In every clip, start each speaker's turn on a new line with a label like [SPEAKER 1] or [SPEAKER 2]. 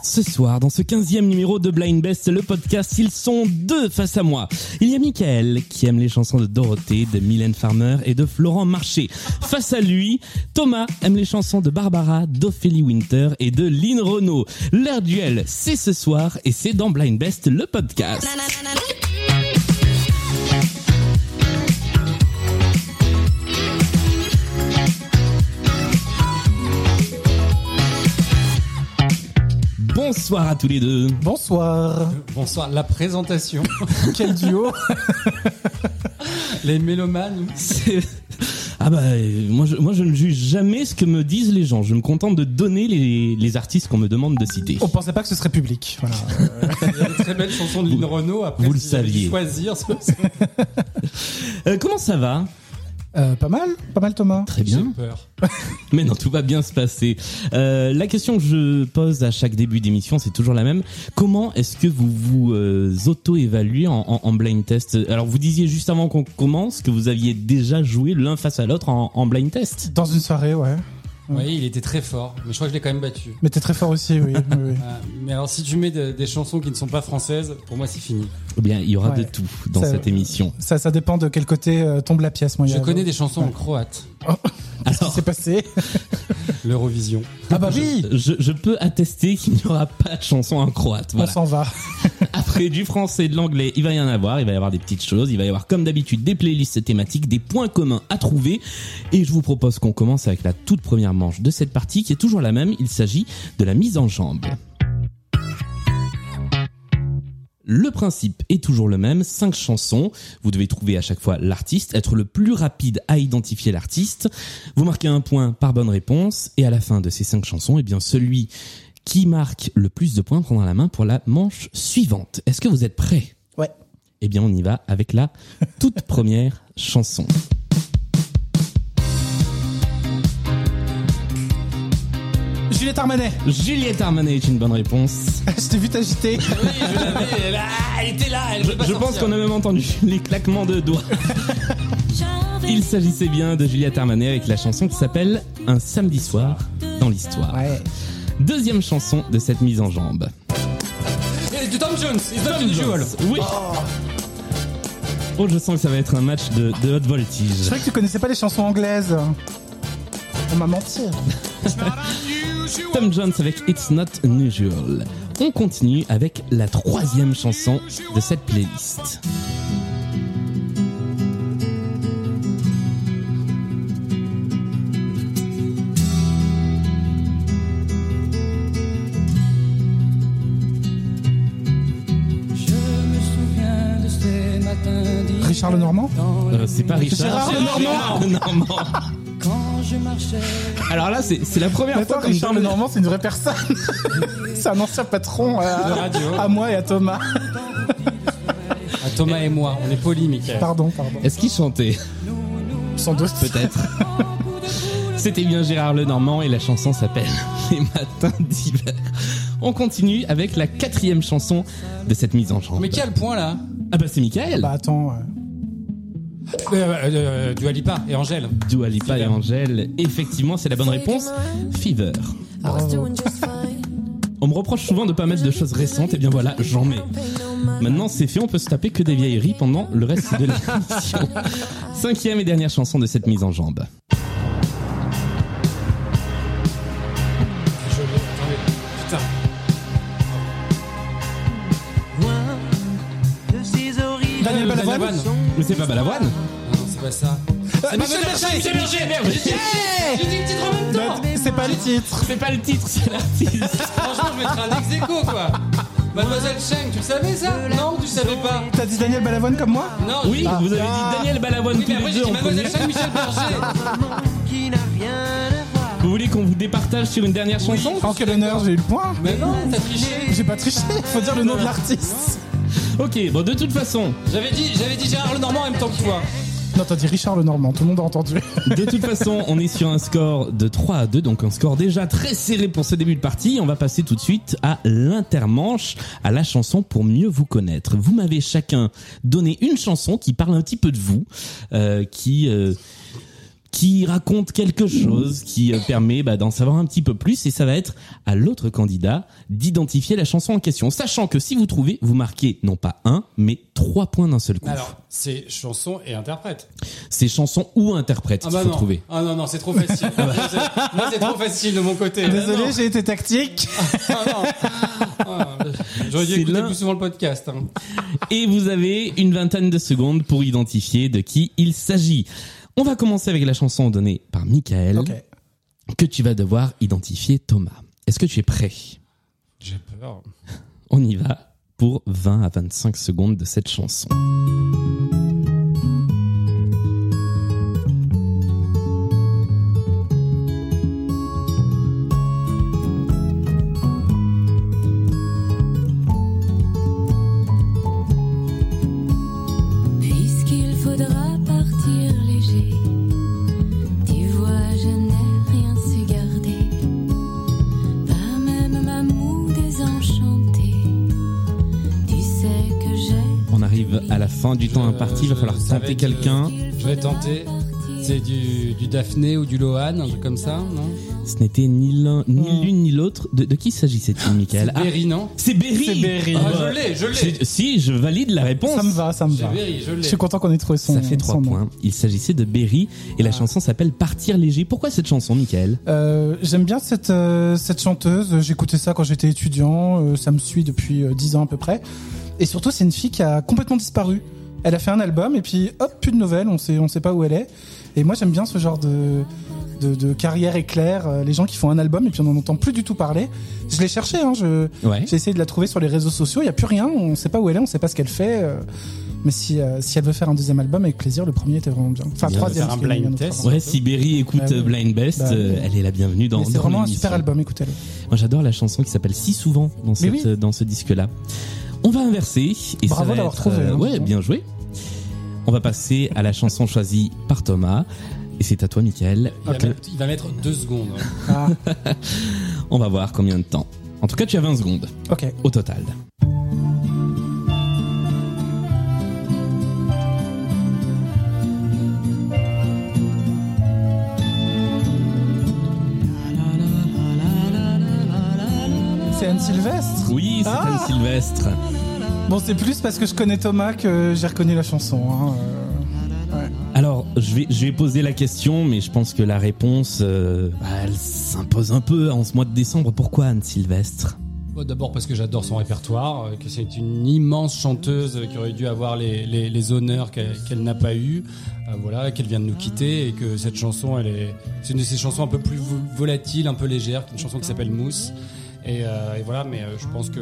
[SPEAKER 1] ce soir, dans ce 15e numéro de Blind Best, le podcast, ils sont deux face à moi. Il y a Michael, qui aime les chansons de Dorothée, de Mylène Farmer et de Florent Marché. Face à lui, Thomas aime les chansons de Barbara, d'Ophélie Winter et de Lynn Renault. Leur duel, c'est ce soir et c'est dans Blind Best, le podcast. Bonsoir à tous les deux.
[SPEAKER 2] Bonsoir.
[SPEAKER 3] Bonsoir, la présentation. Quel duo Les mélomanes.
[SPEAKER 1] C'est- Ah bah euh, moi je, moi je ne juge jamais ce que me disent les gens. Je me contente de donner les, les artistes qu'on me demande de citer.
[SPEAKER 2] On pensait pas que ce serait public. Voilà.
[SPEAKER 3] Il y a une très belle chanson de Lynn Renault. Après,
[SPEAKER 1] vous le
[SPEAKER 3] si j'avais dû
[SPEAKER 1] saviez.
[SPEAKER 3] Choisir. ce-
[SPEAKER 1] Euh, comment ça va
[SPEAKER 2] Euh, pas mal, pas mal Thomas.
[SPEAKER 1] Très
[SPEAKER 3] J'ai peur.
[SPEAKER 1] Mais non, tout va bien se passer. Euh, la question que je pose à chaque début d'émission, c'est toujours la même. Comment est-ce que vous vous euh, auto-évaluez en, en, en blind test Alors vous disiez juste avant qu'on commence que vous aviez déjà joué l'un face à l'autre en, en blind test.
[SPEAKER 2] Dans une soirée, ouais.
[SPEAKER 3] Oui, il était très fort, mais je crois que je l'ai quand même battu.
[SPEAKER 2] Mais t'es très fort aussi, oui. oui, oui.
[SPEAKER 3] Euh, mais alors, si tu mets de- des chansons qui ne sont pas françaises, pour moi, c'est fini.
[SPEAKER 1] Eh bien, il y aura
[SPEAKER 2] Ouais.
[SPEAKER 1] de tout dans
[SPEAKER 2] Ça-
[SPEAKER 1] cette émission.
[SPEAKER 2] Ça, ça dépend de quel côté euh, tombe la pièce. Moi, il y
[SPEAKER 3] Je
[SPEAKER 2] a-
[SPEAKER 3] connais des chansons en croate.
[SPEAKER 2] Qu'est-ce qui s'est passé
[SPEAKER 3] L'Eurovision.
[SPEAKER 2] Ah bah oui.
[SPEAKER 1] Je, je peux attester qu'il n'y aura pas de chanson en croate.
[SPEAKER 2] On
[SPEAKER 1] Voilà.
[SPEAKER 2] s'en va.
[SPEAKER 1] Après du français et de l'anglais, il va y en avoir, il va y avoir des petites choses, il va y avoir comme d'habitude des playlists thématiques, des points communs à trouver. Et je vous propose qu'on commence avec la toute première manche de cette partie qui est toujours la même, il s'agit de la mise en jambe. Le principe est toujours le même, cinq chansons. Vous devez trouver à chaque fois l'artiste, être le plus rapide à identifier l'artiste. Vous marquez un point par bonne réponse et à la fin de ces cinq chansons, eh bien celui qui marque le plus de points prendra la main pour la manche suivante. Est-ce que vous êtes prêts
[SPEAKER 2] Ouais.
[SPEAKER 1] Eh bien, on y va avec la toute première chanson.
[SPEAKER 2] Juliette Armanet.
[SPEAKER 1] Juliette Armanet est une bonne réponse.
[SPEAKER 2] Je t'ai vu t'agiter.
[SPEAKER 3] Oui, je l'avais. Elle, ah, elle était là. Elle
[SPEAKER 1] Je, je pense qu'on a même entendu les claquements de doigts. Il s'agissait bien de Juliette Armanet avec la chanson qui s'appelle Un samedi soir dans l'histoire.
[SPEAKER 2] Ouais.
[SPEAKER 1] Deuxième chanson de cette mise en jambe.
[SPEAKER 3] C'est Tom Jones. It's not unusual.
[SPEAKER 1] Oui. Oh, je sens que ça va être un match de, de haute voltige.
[SPEAKER 2] C'est vrai que tu connaissais pas les chansons anglaises. On m'a menti.
[SPEAKER 1] Tom Jones avec It's Not Unusual. On continue avec la troisième chanson de cette playlist.
[SPEAKER 2] Richard Lenormand.
[SPEAKER 1] Euh, c'est pas Richard.
[SPEAKER 2] Gérard Lenormand.
[SPEAKER 1] Lenormand. Alors là, c'est c'est la première
[SPEAKER 2] Mais
[SPEAKER 1] fois
[SPEAKER 2] attends,
[SPEAKER 1] qu'on me
[SPEAKER 2] Richard
[SPEAKER 1] parle de-
[SPEAKER 2] Lenormand, c'est une vraie personne. c'est un ancien patron
[SPEAKER 3] De
[SPEAKER 2] à,
[SPEAKER 3] radio.
[SPEAKER 2] à moi et à Thomas.
[SPEAKER 3] Ah, Thomas et moi, on est polémiques.
[SPEAKER 2] Pardon, pardon.
[SPEAKER 1] Est-ce qu'il chantait
[SPEAKER 2] Sans doute.
[SPEAKER 1] Peut-être. C'était bien Gérard Lenormand et la chanson s'appelle Les matins d'hiver. On continue avec la quatrième chanson de cette mise en jambe.
[SPEAKER 3] Mais qui a le point là
[SPEAKER 1] Ah bah c'est Michael.
[SPEAKER 2] Bah attends. euh,
[SPEAKER 3] euh, euh, euh, Dua Lipa et Angèle.
[SPEAKER 1] Dua Lipa et
[SPEAKER 3] Fever.
[SPEAKER 1] Angèle. Effectivement, c'est la bonne réponse. Fever.
[SPEAKER 2] bravo.
[SPEAKER 1] On me reproche souvent de pas mettre de choses récentes, et bien voilà, j'en mets. Maintenant, c'est fait, on peut se taper que des vieilleries pendant le reste de l'émission. Cinquième et dernière chanson de cette mise en jambe.
[SPEAKER 3] Je l'ai- attendez, Putain.
[SPEAKER 2] Daniel Balavoine.
[SPEAKER 3] Balavoine.
[SPEAKER 1] Mais c'est pas Balavoine
[SPEAKER 3] Non, c'est pas ça.
[SPEAKER 2] Ah, Michel Berger.
[SPEAKER 1] Michel Berger, merde
[SPEAKER 3] J'ai dit le titre en même temps
[SPEAKER 2] Bah, C'est pas le titre.
[SPEAKER 1] C'est pas le titre, c'est l'artiste
[SPEAKER 3] Franchement, je mettrais un ex aequo, quoi Mademoiselle Cheng, tu le savais ça Non, tu le savais pas
[SPEAKER 2] T'as dit Daniel Balavoine comme moi
[SPEAKER 3] Non,
[SPEAKER 1] Oui,
[SPEAKER 3] je-
[SPEAKER 1] vous avez dit Daniel Balavoine
[SPEAKER 3] Ah. Oui,
[SPEAKER 1] tous
[SPEAKER 3] mais
[SPEAKER 1] les
[SPEAKER 3] après j'ai
[SPEAKER 1] deux
[SPEAKER 3] dit
[SPEAKER 1] en
[SPEAKER 3] Mademoiselle
[SPEAKER 1] premier.
[SPEAKER 3] Cheng, Michel Berger
[SPEAKER 1] Vous voulez qu'on vous départage sur une dernière chanson
[SPEAKER 2] En quel honneur j'ai eu le point
[SPEAKER 3] Mais non, t'as triché
[SPEAKER 2] J'ai pas triché, faut dire le nom de l'artiste.
[SPEAKER 1] Ok, bon de toute façon,
[SPEAKER 3] J'avais dit, j'avais dit Gérard Lenormand en même temps que toi
[SPEAKER 2] Non, t'as dit Richard Lenormand, tout le monde a entendu.
[SPEAKER 1] de toute façon, on est sur un score de 3 à 2, donc un score déjà très serré pour ce début de partie. On va passer tout de suite à l'intermanche, à la chanson pour mieux vous connaître. Vous m'avez chacun donné une chanson qui parle un petit peu de vous, euh, qui euh, qui raconte quelque chose qui euh, permet bah, d'en savoir un petit peu plus et ça va être à l'autre candidat d'identifier la chanson en question, sachant que si vous trouvez, vous marquez non pas un, mais trois points d'un seul coup.
[SPEAKER 3] Alors, c'est chanson et interprète.
[SPEAKER 1] C'est chanson ou interprète
[SPEAKER 3] Ah
[SPEAKER 1] qu'il
[SPEAKER 3] bah
[SPEAKER 1] faut
[SPEAKER 3] non.
[SPEAKER 1] trouver.
[SPEAKER 3] Ah non, non, c'est trop facile. Moi, c'est trop facile de mon côté.
[SPEAKER 2] Désolé, j'ai été tactique.
[SPEAKER 3] Ah non. Ah, J'aurais dû
[SPEAKER 1] C'est
[SPEAKER 3] écouter
[SPEAKER 1] l'un-
[SPEAKER 3] plus souvent le podcast. hein.
[SPEAKER 1] Et vous avez une vingtaine de secondes pour identifier de qui il s'agit. On va commencer avec la chanson donnée par Michael
[SPEAKER 2] Ok.
[SPEAKER 1] que tu vas devoir identifier Thomas. Est-ce que tu es prêt
[SPEAKER 3] J'ai peur.
[SPEAKER 1] On y va pour 20 à 25 secondes de cette chanson.
[SPEAKER 4] Puisqu'il faudra partir léger, tu vois, je n'ai rien su garder, pas même ma moue désenchantée. Tu sais que j'ai.
[SPEAKER 1] On arrive à la fin du temps imparti, il va falloir
[SPEAKER 3] Ça va
[SPEAKER 1] tenter
[SPEAKER 3] être,
[SPEAKER 1] quelqu'un.
[SPEAKER 3] Je vais tenter. C'est du, du Daphné ou du Lohan, un truc comme ça, non
[SPEAKER 1] Ce n'était ni l'un- ni l'une ni l'autre. De, de qui s'agissait-il, Michael Ah,
[SPEAKER 3] Berry, non
[SPEAKER 1] C'est Berry
[SPEAKER 2] C'est Berry.
[SPEAKER 1] Ah,
[SPEAKER 3] Ah,
[SPEAKER 1] bah,
[SPEAKER 3] je l'ai, je l'ai.
[SPEAKER 1] j'ai- Si, je valide la réponse.
[SPEAKER 2] Ça me va, ça me
[SPEAKER 3] J'ai
[SPEAKER 2] va.
[SPEAKER 3] Berry, je
[SPEAKER 2] Je
[SPEAKER 3] l'ai.
[SPEAKER 2] suis content qu'on ait trouvé son
[SPEAKER 1] Ça fait
[SPEAKER 2] son
[SPEAKER 1] trois
[SPEAKER 2] nom. Ah.
[SPEAKER 1] points. Il s'agissait de Berry et la chanson s'appelle Partir léger. Pourquoi cette chanson, Michael
[SPEAKER 2] Euh, J'aime bien cette, euh, cette chanteuse. J'écoutais ça quand j'étais étudiant. Euh, ça me suit depuis euh, 10 ans à peu près. Et surtout, c'est une fille qui a complètement disparu. Elle a fait un album et puis hop, plus de nouvelles. On sait, on sait pas où elle est. Et moi, j'aime bien ce genre de, de, de carrière éclair. Euh, Les gens qui font un album et puis on n'en entend plus du tout parler. Je l'ai cherchée. Hein, je-
[SPEAKER 1] Ouais.
[SPEAKER 2] J'ai essayé de la trouver sur les réseaux sociaux. Il y a plus rien. On sait pas où elle est. On sait pas ce qu'elle fait. euh, Mais si, euh, si elle veut faire un deuxième album, avec plaisir. Le premier était vraiment bien. Enfin,
[SPEAKER 1] Bien,
[SPEAKER 2] troisième.
[SPEAKER 3] faire un
[SPEAKER 2] parce qu'il y en a
[SPEAKER 3] blind
[SPEAKER 2] autre
[SPEAKER 3] test.
[SPEAKER 2] avant.
[SPEAKER 1] Ouais, si Berry écoute
[SPEAKER 2] Bah oui.
[SPEAKER 1] euh, Blind Best,
[SPEAKER 2] Bah oui.
[SPEAKER 1] euh, elle est la bienvenue dans.
[SPEAKER 2] Mais c'est
[SPEAKER 1] dans
[SPEAKER 2] vraiment un
[SPEAKER 1] l'émission.
[SPEAKER 2] super album. Écoutez-le.
[SPEAKER 1] Moi, j'adore la chanson qui s'appelle si souvent dans, cette,
[SPEAKER 2] oui.
[SPEAKER 1] euh, dans ce disque-là. On va inverser. Et ça
[SPEAKER 2] Bravo
[SPEAKER 1] va
[SPEAKER 2] d'avoir
[SPEAKER 1] être, euh,
[SPEAKER 2] trouvé, hein,
[SPEAKER 1] ouais,
[SPEAKER 2] dis donc.
[SPEAKER 1] bien joué. On va passer à la chanson choisie par Thomas. Et c'est à toi, Michael. Euh,
[SPEAKER 3] Il, va mettre, il va mettre deux secondes. hein.
[SPEAKER 2] Ah,
[SPEAKER 1] On va voir combien de temps. En tout cas, tu as 20 secondes
[SPEAKER 2] ok.
[SPEAKER 1] au total.
[SPEAKER 2] C'est Anne Sylvestre
[SPEAKER 1] Oui, c'est
[SPEAKER 2] Ah
[SPEAKER 1] Anne Sylvestre.
[SPEAKER 2] Bon, c'est plus parce que je connais Thomas que j'ai reconnu la chanson. hein, euh, ouais.
[SPEAKER 1] Alors, je vais, je vais poser la question, mais je pense que la réponse, euh, bah, elle s'impose un peu en ce mois de décembre. Pourquoi Anne Sylvestre
[SPEAKER 3] Bon, D'abord parce que j'adore son répertoire, euh, que c'est une immense chanteuse euh, qui aurait dû avoir les, les- les honneurs qu'elle qu'elle n'a pas eu, euh, voilà, qu'elle vient de nous quitter et que cette chanson, elle est, c'est une de ces chansons un peu plus vo- volatiles, un peu légères, qu'une chanson qui s'appelle Mousse. Et, euh, et voilà, mais euh, je pense que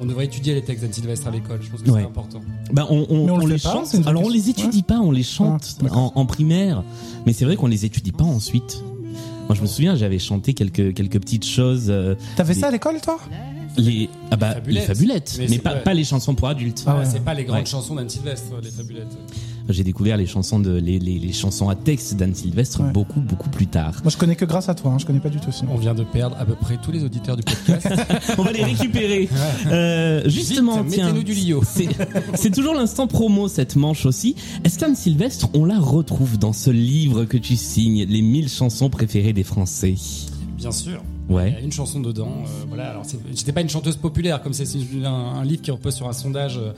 [SPEAKER 3] on devrait étudier les textes d'Anne Sylvestre à l'école. Je pense que
[SPEAKER 1] Ouais.
[SPEAKER 3] c'est important.
[SPEAKER 1] bah, on, on-
[SPEAKER 2] Mais on le
[SPEAKER 1] on
[SPEAKER 2] fait
[SPEAKER 1] les
[SPEAKER 2] pas,
[SPEAKER 1] chante.
[SPEAKER 2] c'est une
[SPEAKER 1] Alors, on les
[SPEAKER 2] question.
[SPEAKER 1] étudie pas, on les chante
[SPEAKER 2] Ah,
[SPEAKER 1] en, en primaire, mais c'est vrai qu'on les étudie pas ensuite. Moi, je me souviens, j'avais chanté quelques quelques petites choses, euh,
[SPEAKER 2] T'avais
[SPEAKER 1] Les-
[SPEAKER 2] ça à l'école, toi
[SPEAKER 1] les ah bah
[SPEAKER 3] Les fabulettes.
[SPEAKER 1] les fabulettes, mais,
[SPEAKER 3] Mais c'est
[SPEAKER 1] pas
[SPEAKER 3] vrai.
[SPEAKER 1] pas les chansons pour adultes.
[SPEAKER 2] Ah ouais.
[SPEAKER 3] Ah, c'est pas les grandes
[SPEAKER 1] Ouais.
[SPEAKER 3] chansons d'Anne Sylvestre, euh, les fabulettes.
[SPEAKER 1] J'ai découvert les chansons de les, les, les chansons à texte d'Anne Sylvestre
[SPEAKER 2] Ouais.
[SPEAKER 1] beaucoup beaucoup plus tard.
[SPEAKER 2] Moi, je connais que grâce à toi. hein, je connais pas du tout sinon.
[SPEAKER 3] On vient de perdre à peu près tous les auditeurs du podcast.
[SPEAKER 1] On va les récupérer. Euh, justement,
[SPEAKER 3] Vite,
[SPEAKER 1] tiens.
[SPEAKER 3] mettez-nous du lio.
[SPEAKER 1] C'est- C'est toujours l'instant promo cette manche aussi. Est-ce qu'Anne Sylvestre, on la retrouve dans ce livre que tu signes, Les 1000 chansons préférées des Français
[SPEAKER 3] Bien sûr. Il y a
[SPEAKER 1] Ouais.
[SPEAKER 3] une chanson dedans. euh, voilà. Alors, c'est- c'était pas une chanteuse populaire, comme c'est c'est un, un livre qui repose sur un sondage. euh,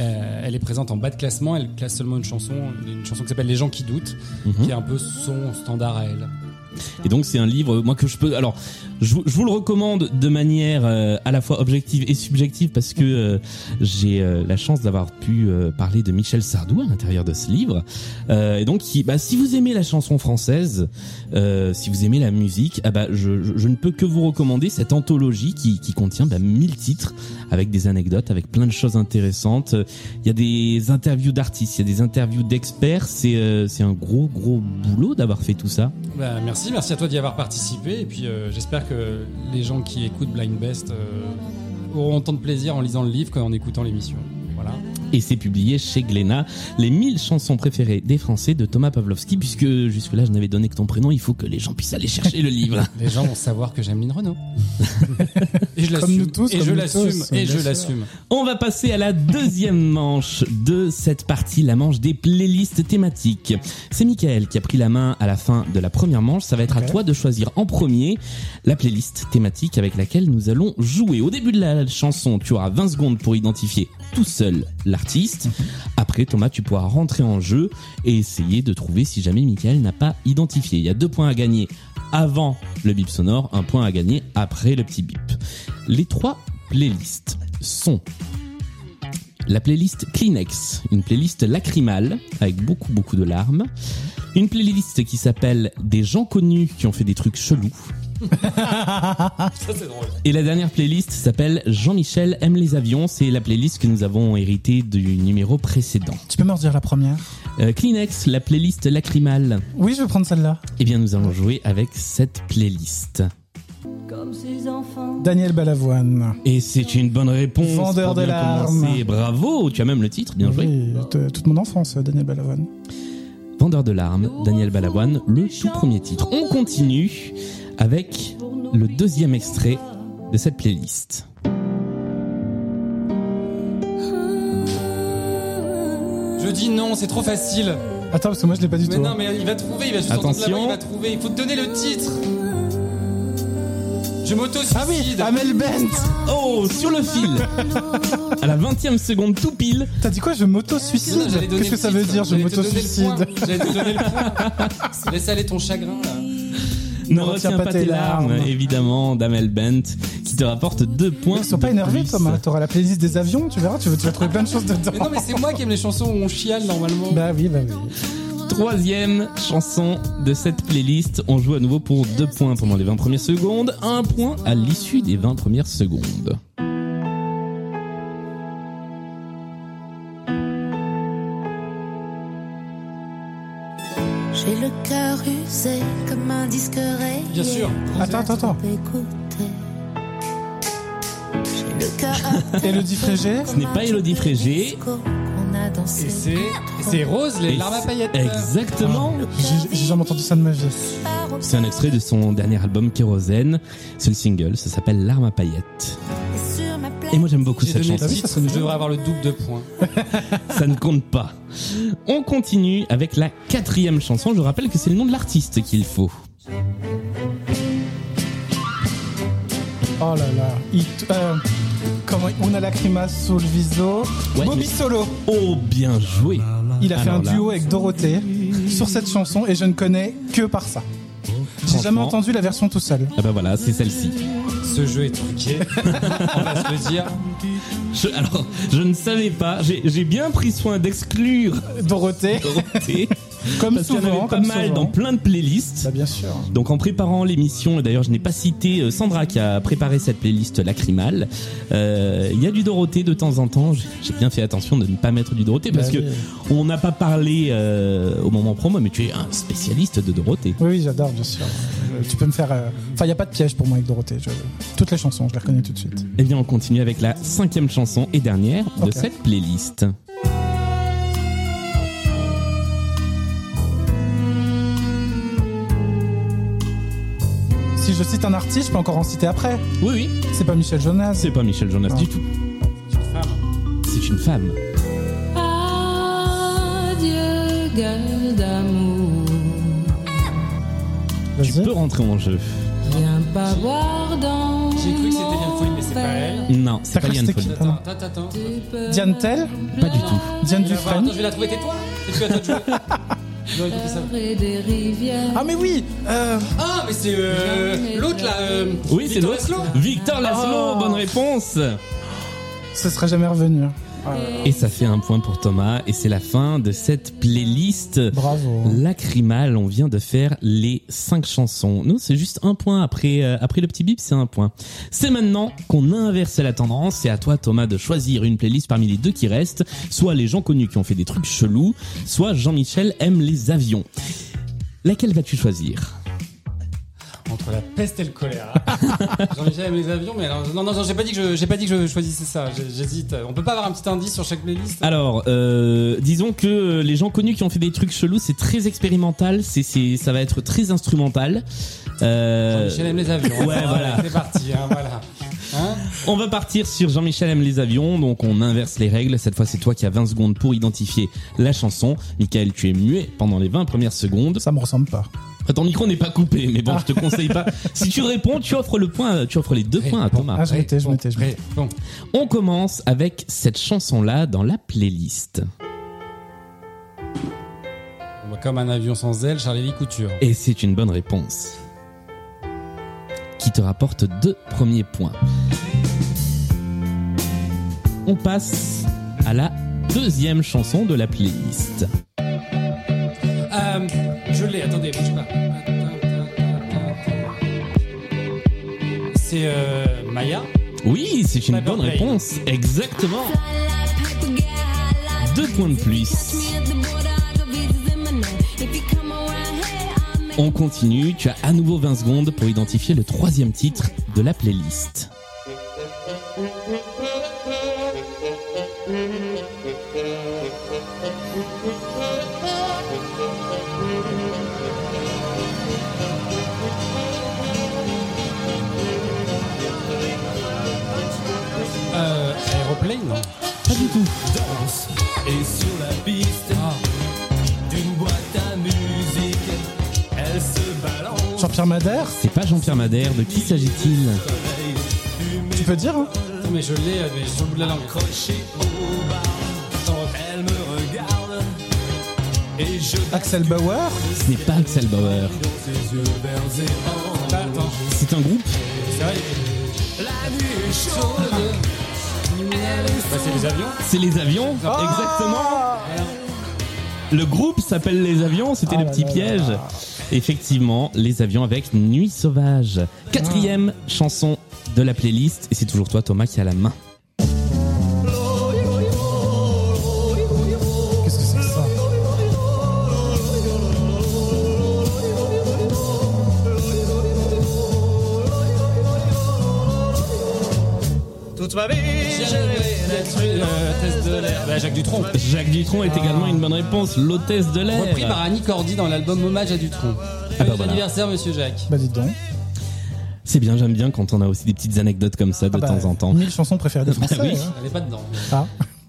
[SPEAKER 3] euh, elle est présente en bas de classement. Elle classe seulement une chanson, une chanson qui s'appelle Les gens qui doutent,
[SPEAKER 1] Mmh.
[SPEAKER 3] qui est un peu son standard à elle.
[SPEAKER 1] Mhm. Et donc c'est un livre, moi que je peux... Alors, je, vous- je vous le recommande de manière euh, à la fois objective et subjective parce que euh, j'ai euh, la chance d'avoir pu euh, parler de Michel Sardou à l'intérieur de ce livre. Euh, et donc, qui- bah, si vous aimez la chanson française, euh, si vous aimez la musique, ah bah, je, je- je ne peux que vous recommander cette anthologie qui, qui contient bah, 1000 titres avec des anecdotes, avec plein de choses intéressantes. Euh, Il y a des interviews d'artistes, il y a des interviews d'experts. C'est euh, c'est un gros, gros boulot d'avoir fait tout ça.
[SPEAKER 3] Bah, merci, merci à toi d'y avoir participé. Et puis, euh, j'espère que les gens qui écoutent Blind Best euh, auront autant de plaisir en lisant le livre qu'en écoutant l'émission. Voilà.
[SPEAKER 1] et c'est publié chez Glénat. Les 1000 chansons préférées des Français de Thomas Pavlovski, puisque jusque-là je n'avais donné que ton prénom, il faut que les gens puissent aller chercher le livre.
[SPEAKER 3] Les gens vont savoir que j'aime Lynn Renault. et je
[SPEAKER 2] Comme nous
[SPEAKER 3] l'assume.
[SPEAKER 2] tous,
[SPEAKER 3] Et
[SPEAKER 2] comme
[SPEAKER 3] je
[SPEAKER 2] nous
[SPEAKER 3] l'assume.
[SPEAKER 2] tous,
[SPEAKER 3] Et
[SPEAKER 2] bien
[SPEAKER 3] je
[SPEAKER 2] sûr.
[SPEAKER 3] l'assume.
[SPEAKER 1] On va passer à la deuxième manche de cette partie, la manche des playlists thématiques. C'est Michael qui a pris la main à la fin de la première manche. Ça va être à
[SPEAKER 2] Ok.
[SPEAKER 1] toi de choisir en premier la playlist thématique avec laquelle nous allons jouer. Au début de la chanson, tu auras 20 secondes pour identifier tout seul l'artiste. Après, Thomas, tu pourras rentrer en jeu et essayer de trouver si jamais Michael n'a pas identifié. Il y a deux points à gagner avant le bip sonore, un point à gagner après le petit bip. Les trois playlists sont la playlist Kleenex, une playlist lacrymale avec beaucoup beaucoup de larmes, une playlist qui s'appelle des gens connus qui ont fait des trucs chelous,
[SPEAKER 3] Ça, c'est drôle.
[SPEAKER 1] et la dernière playlist s'appelle Jean-Michel aime les avions, c'est la playlist que nous avons héritée du numéro précédent.
[SPEAKER 2] Tu peux me redire la première
[SPEAKER 1] Euh, Kleenex, la playlist lacrymale,
[SPEAKER 2] Oui, je vais prendre celle-là.
[SPEAKER 1] eh bien nous allons jouer avec cette playlist.
[SPEAKER 4] Comme ces enfants.
[SPEAKER 2] Daniel Balavoine.
[SPEAKER 1] Et c'est une bonne réponse.
[SPEAKER 2] Vendeur
[SPEAKER 1] pour
[SPEAKER 2] de
[SPEAKER 1] bien
[SPEAKER 2] larmes.
[SPEAKER 1] commencer. Bravo, tu as même le titre, bien joué.
[SPEAKER 2] Oui, t- toute mon enfance, euh, Daniel Balavoine.
[SPEAKER 1] Vendeur de larmes, Daniel Balavoine, le tout premier titre. On continue avec le deuxième extrait de cette playlist.
[SPEAKER 3] Je dis non, c'est trop facile.
[SPEAKER 2] Attends, parce que moi je l'ai pas du
[SPEAKER 3] Mais
[SPEAKER 2] tout. hein.
[SPEAKER 3] non, mais il va trouver, il va se
[SPEAKER 1] Attention.
[SPEAKER 3] sortir de la voie, il va trouver. Il faut te donner le titre. Je
[SPEAKER 2] Ah oui,
[SPEAKER 3] m'auto-suicide.
[SPEAKER 2] Amel Bent
[SPEAKER 1] Oh, sur le fil À la 20 e seconde, tout pile
[SPEAKER 2] T'as dit quoi Je
[SPEAKER 3] Non, non, j'allais
[SPEAKER 2] m'auto-suicide
[SPEAKER 3] donner
[SPEAKER 2] Qu'est-ce que
[SPEAKER 3] le
[SPEAKER 2] ça veut
[SPEAKER 3] titre.
[SPEAKER 2] dire, je
[SPEAKER 3] J'allais te donner le
[SPEAKER 2] m'auto-suicide
[SPEAKER 3] point. J'allais te donner le point. Laisse aller ton chagrin, là.
[SPEAKER 1] Ne retiens pas tes larmes, évidemment, d'Amel Bent, qui te rapporte deux points.
[SPEAKER 2] Ils sont pas
[SPEAKER 1] de
[SPEAKER 2] énervés,
[SPEAKER 1] plus.
[SPEAKER 2] Thomas. T'auras la playlist des avions, tu verras, tu, tu vas trouver plein de choses dedans.
[SPEAKER 3] Mais non, mais c'est moi qui aime les chansons où on chiale normalement.
[SPEAKER 2] Bah oui, bah oui.
[SPEAKER 1] Troisième chanson de cette playlist. On joue à nouveau pour deux points pendant les 20 premières secondes, un point à l'issue des 20 premières secondes.
[SPEAKER 5] J'ai le cœur usé comme un disque rayé.
[SPEAKER 3] Bien sûr.
[SPEAKER 2] Attends, attends, attends.
[SPEAKER 5] Écoutez. J'ai le cœur
[SPEAKER 2] Elodie Frégé
[SPEAKER 1] Ce n'est pas Élodie Frégé.
[SPEAKER 5] On a dansé.
[SPEAKER 3] Et c'est, c'est Rose, les larmes à paillettes.
[SPEAKER 1] Exactement.
[SPEAKER 2] J'ai j'ai jamais entendu ça de ma vie.
[SPEAKER 1] C'est un extrait de son dernier album Kérosène. C'est le single, ça s'appelle L'arme à paillettes. Et moi j'aime beaucoup
[SPEAKER 3] J'ai
[SPEAKER 1] cette
[SPEAKER 3] donné le
[SPEAKER 1] chanson.
[SPEAKER 2] Ah oui, ça
[SPEAKER 3] titre,
[SPEAKER 2] sonne
[SPEAKER 3] je
[SPEAKER 2] bien.
[SPEAKER 3] devrais avoir le double de points.
[SPEAKER 1] Ça ne compte pas. On continue avec la quatrième chanson. Je rappelle que c'est le nom de l'artiste qu'il faut.
[SPEAKER 2] Oh là là. Il t- euh, comment on a lacryma sous le viso.
[SPEAKER 1] Ouais,
[SPEAKER 2] Bobby
[SPEAKER 1] mais-
[SPEAKER 2] Solo.
[SPEAKER 1] Oh, bien joué.
[SPEAKER 2] Il a fait
[SPEAKER 1] Alors
[SPEAKER 2] un
[SPEAKER 1] là.
[SPEAKER 2] duo avec Dorothée sur cette chanson et je ne connais que par ça. J'ai jamais
[SPEAKER 1] Franchement.
[SPEAKER 2] entendu la version tout seul.
[SPEAKER 1] Ah ben voilà, c'est celle-ci.
[SPEAKER 3] Ce jeu est truqué. On va se le dire.
[SPEAKER 1] Je- alors, je ne savais pas. J'ai j'ai bien pris soin d'exclure
[SPEAKER 2] Euh, Dorothée,
[SPEAKER 1] Dorothée.
[SPEAKER 2] comme
[SPEAKER 1] Parce qu'il y en avait
[SPEAKER 2] souvent,
[SPEAKER 1] pas
[SPEAKER 2] comme
[SPEAKER 1] mal
[SPEAKER 2] souvent.
[SPEAKER 1] dans plein de playlists.
[SPEAKER 2] Bah, bien sûr.
[SPEAKER 1] Donc en préparant l'émission, et d'ailleurs je n'ai pas cité euh, Sandra qui a préparé cette playlist lacrymale, euh, il y a du Dorothée de temps en temps. J'ai- J'ai bien fait attention de ne pas mettre du Dorothée parce
[SPEAKER 2] Bah
[SPEAKER 1] que on n'a pas parlé euh, au moment promo, mais tu es un spécialiste de Dorothée.
[SPEAKER 2] Oui, oui, j'adore, bien sûr. Euh, Tu peux me faire. euh, Enfin, il n'y a pas de piège pour moi avec Dorothée. je- Toutes les chansons, je les reconnais tout de suite.
[SPEAKER 1] Eh bien on continue avec la cinquième chanson et dernière de
[SPEAKER 2] Ok.
[SPEAKER 1] cette playlist.
[SPEAKER 2] Si je cite un artiste, je peux encore en citer après.
[SPEAKER 1] Oui oui,
[SPEAKER 2] C'est pas Michel Jonas.
[SPEAKER 1] c'est pas Michel Jonas
[SPEAKER 2] Ah.
[SPEAKER 1] du tout. C'est une femme.
[SPEAKER 4] Adieu, gueule d'amour.
[SPEAKER 1] Tu
[SPEAKER 2] Vas-y.
[SPEAKER 1] peux rentrer en jeu.
[SPEAKER 4] Viens pas voir dans.
[SPEAKER 3] J'ai cru que c'était Yann Folie, mais c'est pas
[SPEAKER 4] mon
[SPEAKER 3] elle.
[SPEAKER 1] Non,
[SPEAKER 2] T'as
[SPEAKER 1] c'est pas
[SPEAKER 2] cru que
[SPEAKER 1] Yann
[SPEAKER 2] c'était
[SPEAKER 1] Folie.
[SPEAKER 2] qui Pardon.
[SPEAKER 3] Attends, attends, attends.
[SPEAKER 4] Tu peux
[SPEAKER 2] Diane Tell,
[SPEAKER 1] Pas du tout.
[SPEAKER 2] Diane Dufresne.
[SPEAKER 3] Attends, je vais la trouver, tais-toi. Qu'est-ce que attends, tu veux Je dois écouter ça.
[SPEAKER 4] pleurer des rivières.
[SPEAKER 2] Ah mais oui. euh,
[SPEAKER 3] Ah, mais c'est euh, l'autre là. euh,
[SPEAKER 1] Oui, c'est
[SPEAKER 3] Victor
[SPEAKER 1] l'autre.
[SPEAKER 3] Laszlo.
[SPEAKER 1] Victor Laszlo,
[SPEAKER 2] Oh.
[SPEAKER 1] bonne réponse.
[SPEAKER 2] ce sera jamais revenu. Ah,
[SPEAKER 1] Et ça fait un point pour Thomas et c'est la fin de cette playlist.
[SPEAKER 2] Bravo.
[SPEAKER 1] Lacrymal, on vient de faire les cinq chansons. Nous, c'est juste un point après, euh, après le petit bip, c'est un point. C'est maintenant qu'on inverse la tendance. C'est à toi, Thomas, de choisir une playlist parmi les deux qui restent. Soit les gens connus qui ont fait des trucs chelous, soit Jean-Michel aime les avions. Laquelle vas-tu choisir
[SPEAKER 3] Entre entre la peste et le choléra. Jean-Michel aime les avions, mais alors, non, non, non, j'ai pas dit que je, j'ai pas dit que je choisissais ça. J'ai- J'hésite. On peut pas avoir un petit indice sur chaque playlist
[SPEAKER 1] Alors, euh, disons que les gens connus qui ont fait des trucs chelous, c'est très expérimental, c'est, c'est, ça va être très instrumental. Euh,
[SPEAKER 3] Jean-Michel aime les avions.
[SPEAKER 1] ouais, voilà.
[SPEAKER 3] C'est parti, hein, voilà. Hein
[SPEAKER 1] on va partir sur Jean-Michel aime les avions, donc on inverse les règles. Cette fois, c'est toi qui as 20 secondes pour identifier la chanson. Michael, tu es muet pendant les 20 premières secondes.
[SPEAKER 2] Ça me ressemble pas.
[SPEAKER 1] Ton micro n'est pas coupé, mais bon, je te conseille pas. Si tu réponds, tu offres le point, tu offres les deux points à
[SPEAKER 3] Réponds.
[SPEAKER 1] Thomas.
[SPEAKER 2] Ah, je m'étais, je
[SPEAKER 3] Bon,
[SPEAKER 2] m'étais, je m'étais.
[SPEAKER 3] bon.
[SPEAKER 1] On commence avec cette chanson-là dans la playlist.
[SPEAKER 3] Bon, bah, Comme un avion sans aile, Charlie Couture.
[SPEAKER 1] Et c'est une bonne réponse. Qui te rapporte deux premiers points. On passe à la deuxième chanson de la playlist.
[SPEAKER 3] Euh, je l'ai, attendez, bouge pas. C'est euh, Maya.
[SPEAKER 1] Oui, c'est une
[SPEAKER 3] Paper
[SPEAKER 1] bonne
[SPEAKER 3] Plane.
[SPEAKER 1] réponse. Exactement. Deux points de plus. On continue, tu as à nouveau 20 secondes pour identifier le troisième titre de la playlist.
[SPEAKER 3] Euh, aéroplane, non
[SPEAKER 1] Pas du tout. Ah.
[SPEAKER 6] Et sur la piste d'une boîte à musique, elle se balance.
[SPEAKER 2] Jean-Pierre Madère,
[SPEAKER 1] C'est pas Jean-Pierre Madère, de qui s'agit-il
[SPEAKER 2] tu peux dire hein
[SPEAKER 3] Attends, Mais je l'ai, euh, mais sur le bout de la langue.
[SPEAKER 6] Accrochée au bar,
[SPEAKER 1] Ah,
[SPEAKER 6] elle me regarde et je
[SPEAKER 2] Axel Bauer
[SPEAKER 1] Ce n'est pas Axel Bauer.
[SPEAKER 6] dans ses yeux verts et
[SPEAKER 3] Ah, attends,
[SPEAKER 1] C'est un groupe
[SPEAKER 3] c'est vrai.
[SPEAKER 6] La nuit est chaude,
[SPEAKER 3] Bah, c'est les avions.
[SPEAKER 1] C'est les avions Ah. Exactement Le groupe s'appelle Les Avions, c'était
[SPEAKER 2] Ah
[SPEAKER 1] le
[SPEAKER 2] là
[SPEAKER 1] petit
[SPEAKER 2] là
[SPEAKER 1] piège. Effectivement, Les Avions avec Nuit Sauvage. Quatrième chanson de la playlist, et c'est toujours toi Thomas qui a la main.
[SPEAKER 2] Qu'est-ce que c'est que ça
[SPEAKER 6] toute ma vie, j'ai rêvé d'être une hôtesse de l'air.
[SPEAKER 3] Bah, Jacques Dutronc.
[SPEAKER 1] Oh, Jacques Dutronc est également une bonne réponse, l'hôtesse de l'air.
[SPEAKER 3] Repris par Annie Cordy dans l'album Hommage à Dutronc.
[SPEAKER 1] bah,
[SPEAKER 3] Bon
[SPEAKER 1] voilà.
[SPEAKER 3] anniversaire, monsieur Jacques.
[SPEAKER 2] Bah dites donc.
[SPEAKER 1] C'est bien, j'aime bien quand on a aussi des petites anecdotes comme ça de
[SPEAKER 2] Ah bah,
[SPEAKER 1] temps en temps. Bah
[SPEAKER 2] Mille chansons préférées des Français.
[SPEAKER 1] oui.
[SPEAKER 2] hein.
[SPEAKER 3] Elle est pas dedans.
[SPEAKER 2] Ah,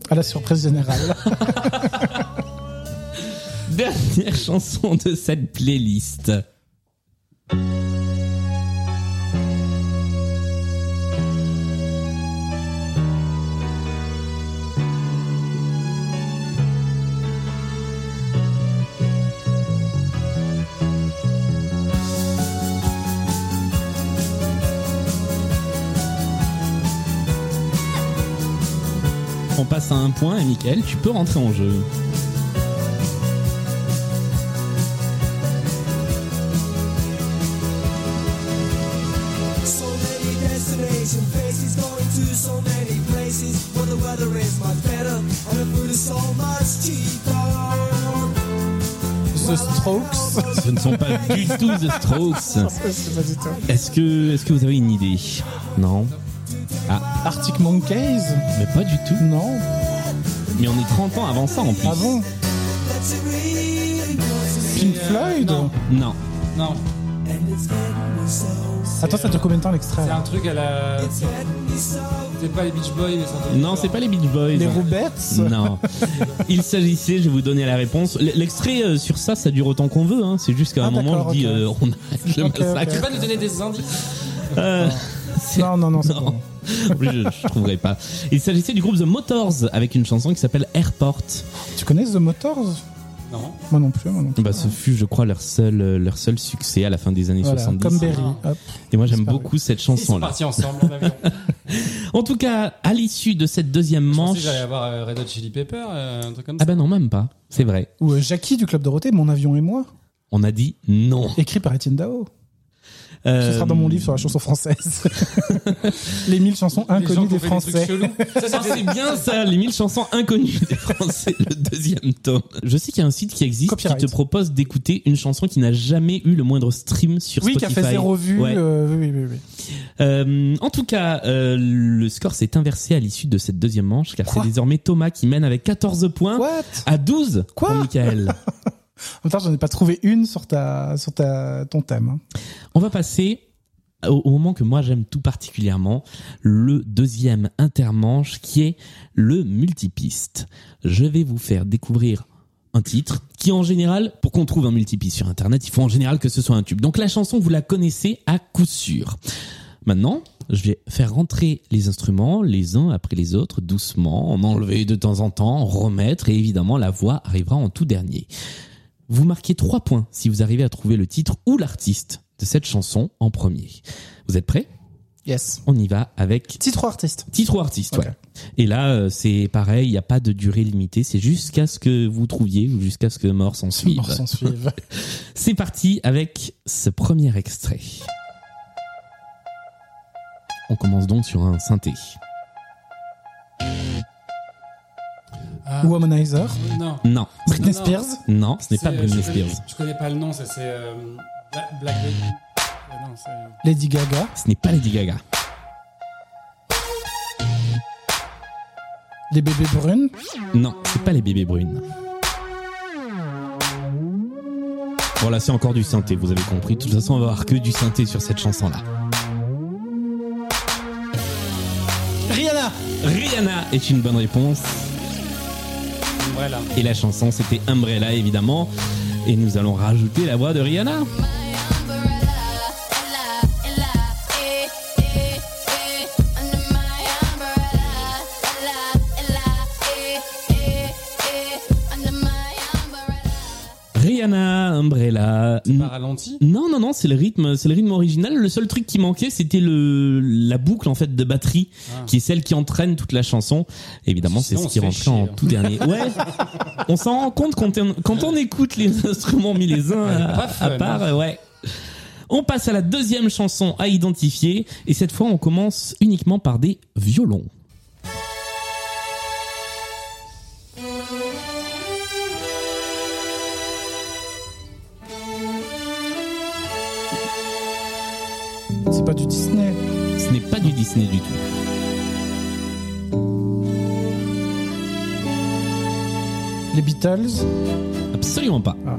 [SPEAKER 2] à la surprise générale.
[SPEAKER 1] Dernière chanson de cette playlist. On passe à un point et Mickaël, tu peux rentrer en jeu.
[SPEAKER 7] So many destination faces going to so many places where the weather is much better and the food is so much cheaper.
[SPEAKER 2] The Strokes.
[SPEAKER 1] Ce ne sont pas du tout The Strokes.
[SPEAKER 2] Je sais pas du tout.
[SPEAKER 1] Est-ce que, est-ce que vous avez une idée Non,
[SPEAKER 2] Arctic Monkeys
[SPEAKER 1] mais pas du tout.
[SPEAKER 2] Non.
[SPEAKER 1] Mais on est 30 ans avant ça en plus.
[SPEAKER 2] Ah bon
[SPEAKER 7] That's it really was
[SPEAKER 2] Pink Floyd
[SPEAKER 3] Non.
[SPEAKER 1] Non.
[SPEAKER 3] Non,
[SPEAKER 7] and it's getting me so
[SPEAKER 2] Attends, ça dure combien de temps l'extrait
[SPEAKER 3] c'est un truc à la.
[SPEAKER 7] it's getting me so
[SPEAKER 3] C'est pas les Beach Boys, mais c'est un truc.
[SPEAKER 1] Non, c'est pas les Beach Boys.
[SPEAKER 2] Les Roubettes
[SPEAKER 1] Non. Il s'agissait, je vais vous donner la réponse. L- L'extrait euh, sur ça, ça dure autant qu'on veut. hein. C'est juste qu'à un
[SPEAKER 2] Ah,
[SPEAKER 1] moment,
[SPEAKER 2] d'accord,
[SPEAKER 1] je dis,
[SPEAKER 2] ok.
[SPEAKER 1] euh, on arrête le
[SPEAKER 2] Ok, ok.
[SPEAKER 1] massacre.
[SPEAKER 3] Tu peux pas nous donner des indices
[SPEAKER 1] Euh, c'est-
[SPEAKER 2] Non, non, non, c'est pas
[SPEAKER 1] Non.
[SPEAKER 2] bon.
[SPEAKER 1] En plus, je, je trouverai pas. Il s'agissait du groupe The Motors avec une chanson qui s'appelle Airport.
[SPEAKER 2] Tu connais The Motors
[SPEAKER 3] Non.
[SPEAKER 2] Moi non plus, moi non plus.
[SPEAKER 1] Bah, ce fut, je crois, leur seul, euh, leur seul succès à la fin des années
[SPEAKER 2] Voilà,
[SPEAKER 1] 70.
[SPEAKER 2] comme Berry. Hop.
[SPEAKER 1] Et moi, j'aime
[SPEAKER 2] Disparu.
[SPEAKER 1] beaucoup cette
[SPEAKER 3] Ils sont
[SPEAKER 1] chanson-là.
[SPEAKER 3] partis ensemble en avion.
[SPEAKER 1] En tout cas, à l'issue de cette deuxième
[SPEAKER 3] Je pensais
[SPEAKER 1] manche.
[SPEAKER 3] que j'allais avoir euh, Red Hot Chili Pepper, euh, un truc comme
[SPEAKER 1] Ah
[SPEAKER 3] ça.
[SPEAKER 1] bah non, même pas. C'est vrai.
[SPEAKER 2] Ou euh, Jackie du Club Dorothée, Mon avion et moi,
[SPEAKER 1] On a dit non. Euh,
[SPEAKER 2] écrit par Étienne Dao. Ce sera dans
[SPEAKER 3] Euh,
[SPEAKER 2] mon livre sur la chanson française. les 1000 chansons inconnues des Français.
[SPEAKER 1] Ça, c'est bien ça, les 1000 chansons inconnues des Français, le deuxième tome. Je sais qu'il y a un site qui existe
[SPEAKER 2] Copyright.
[SPEAKER 1] qui te propose d'écouter une chanson qui n'a jamais eu le moindre stream sur
[SPEAKER 2] Oui, qui a
[SPEAKER 1] Spotify.
[SPEAKER 2] fait zéro vue.
[SPEAKER 1] Ouais.
[SPEAKER 2] euh, oui, oui, oui, oui.
[SPEAKER 1] Euh, en tout cas, euh, le score s'est inversé à l'issue de cette deuxième manche, car c'est
[SPEAKER 2] Quoi
[SPEAKER 1] désormais Thomas qui mène avec 14 points
[SPEAKER 3] Hein
[SPEAKER 2] What
[SPEAKER 1] à 12
[SPEAKER 2] Quoi
[SPEAKER 1] pour Michael.
[SPEAKER 2] En même temps, j'en ai pas trouvé une sur ta, sur ta, ton thème. hein.
[SPEAKER 1] On va passer au, au moment que moi j'aime tout particulièrement, le deuxième intermanche qui est le multipiste. Je vais vous faire découvrir un titre qui en général, pour qu'on trouve un multipiste sur internet, il faut en général que ce soit un tube. Donc la chanson, vous la connaissez à coup sûr. Maintenant, je vais faire rentrer les instruments les uns après les autres, doucement, en enlever de temps en temps, en remettre, et évidemment la voix arrivera en tout dernier. Vous marquez 3 points si vous arrivez à trouver le titre ou l'artiste de cette chanson en premier. Vous êtes prêts
[SPEAKER 2] Yes.
[SPEAKER 1] On y va avec
[SPEAKER 2] Titre ou artiste
[SPEAKER 1] titre ou artiste.
[SPEAKER 2] Ok.
[SPEAKER 1] ouais. Et là, euh, c'est pareil, il n'y a pas de durée limitée, c'est jusqu'à ce que vous trouviez ou jusqu'à ce que mort s'en suive.
[SPEAKER 2] Mort s'en suive.
[SPEAKER 1] C'est parti avec ce premier extrait. On commence donc sur un synthé.
[SPEAKER 3] Ah,
[SPEAKER 2] Womanizer.
[SPEAKER 3] non.
[SPEAKER 1] Non,
[SPEAKER 2] Britney
[SPEAKER 3] non.
[SPEAKER 2] Spears.
[SPEAKER 1] non, ce n'est
[SPEAKER 3] C'est,
[SPEAKER 1] pas
[SPEAKER 3] euh,
[SPEAKER 1] Britney
[SPEAKER 3] je connais-
[SPEAKER 1] Spears.
[SPEAKER 3] Je connais pas le nom, ça c'est. euh, Bla- Black Lady. Euh, non, c'est-
[SPEAKER 2] Lady Gaga.
[SPEAKER 1] Ce n'est pas Lady Gaga.
[SPEAKER 2] Les bébés brunes.
[SPEAKER 1] Non, c'est pas les bébés brunes. Bon là c'est encore du synthé, vous avez compris. De toute façon on va avoir que du synthé sur cette chanson là.
[SPEAKER 2] Rihanna.
[SPEAKER 1] Rihanna est une bonne réponse.
[SPEAKER 3] Ouais, là.
[SPEAKER 1] Et la chanson c'était Umbrella évidemment. Et nous allons rajouter la voix de Rihanna.
[SPEAKER 5] eh, eh,
[SPEAKER 1] Rihanna, Umbrella.
[SPEAKER 3] Pas ralenti.
[SPEAKER 1] Non, non, non, c'est le rythme, c'est le rythme original. Le seul truc qui manquait, c'était le la boucle en fait de batterie,
[SPEAKER 3] Ah.
[SPEAKER 1] qui est celle qui entraîne toute la chanson. Évidemment, c'est
[SPEAKER 3] Sinon,
[SPEAKER 1] ce
[SPEAKER 3] on
[SPEAKER 1] qui
[SPEAKER 3] se fait
[SPEAKER 1] rentrait en
[SPEAKER 3] chier. hein.
[SPEAKER 1] tout dernier. Ouais, on s'en rend compte quand on, quand on écoute les instruments mis les uns à,
[SPEAKER 3] pas fun, hein.
[SPEAKER 1] à part. euh, Ouais. On passe à la deuxième chanson à identifier, et cette fois, on commence uniquement par des violons.
[SPEAKER 2] C'est pas du Disney.
[SPEAKER 1] Ce n'est pas du Disney du tout.
[SPEAKER 2] Les Beatles.
[SPEAKER 1] Absolument pas.
[SPEAKER 2] Ah.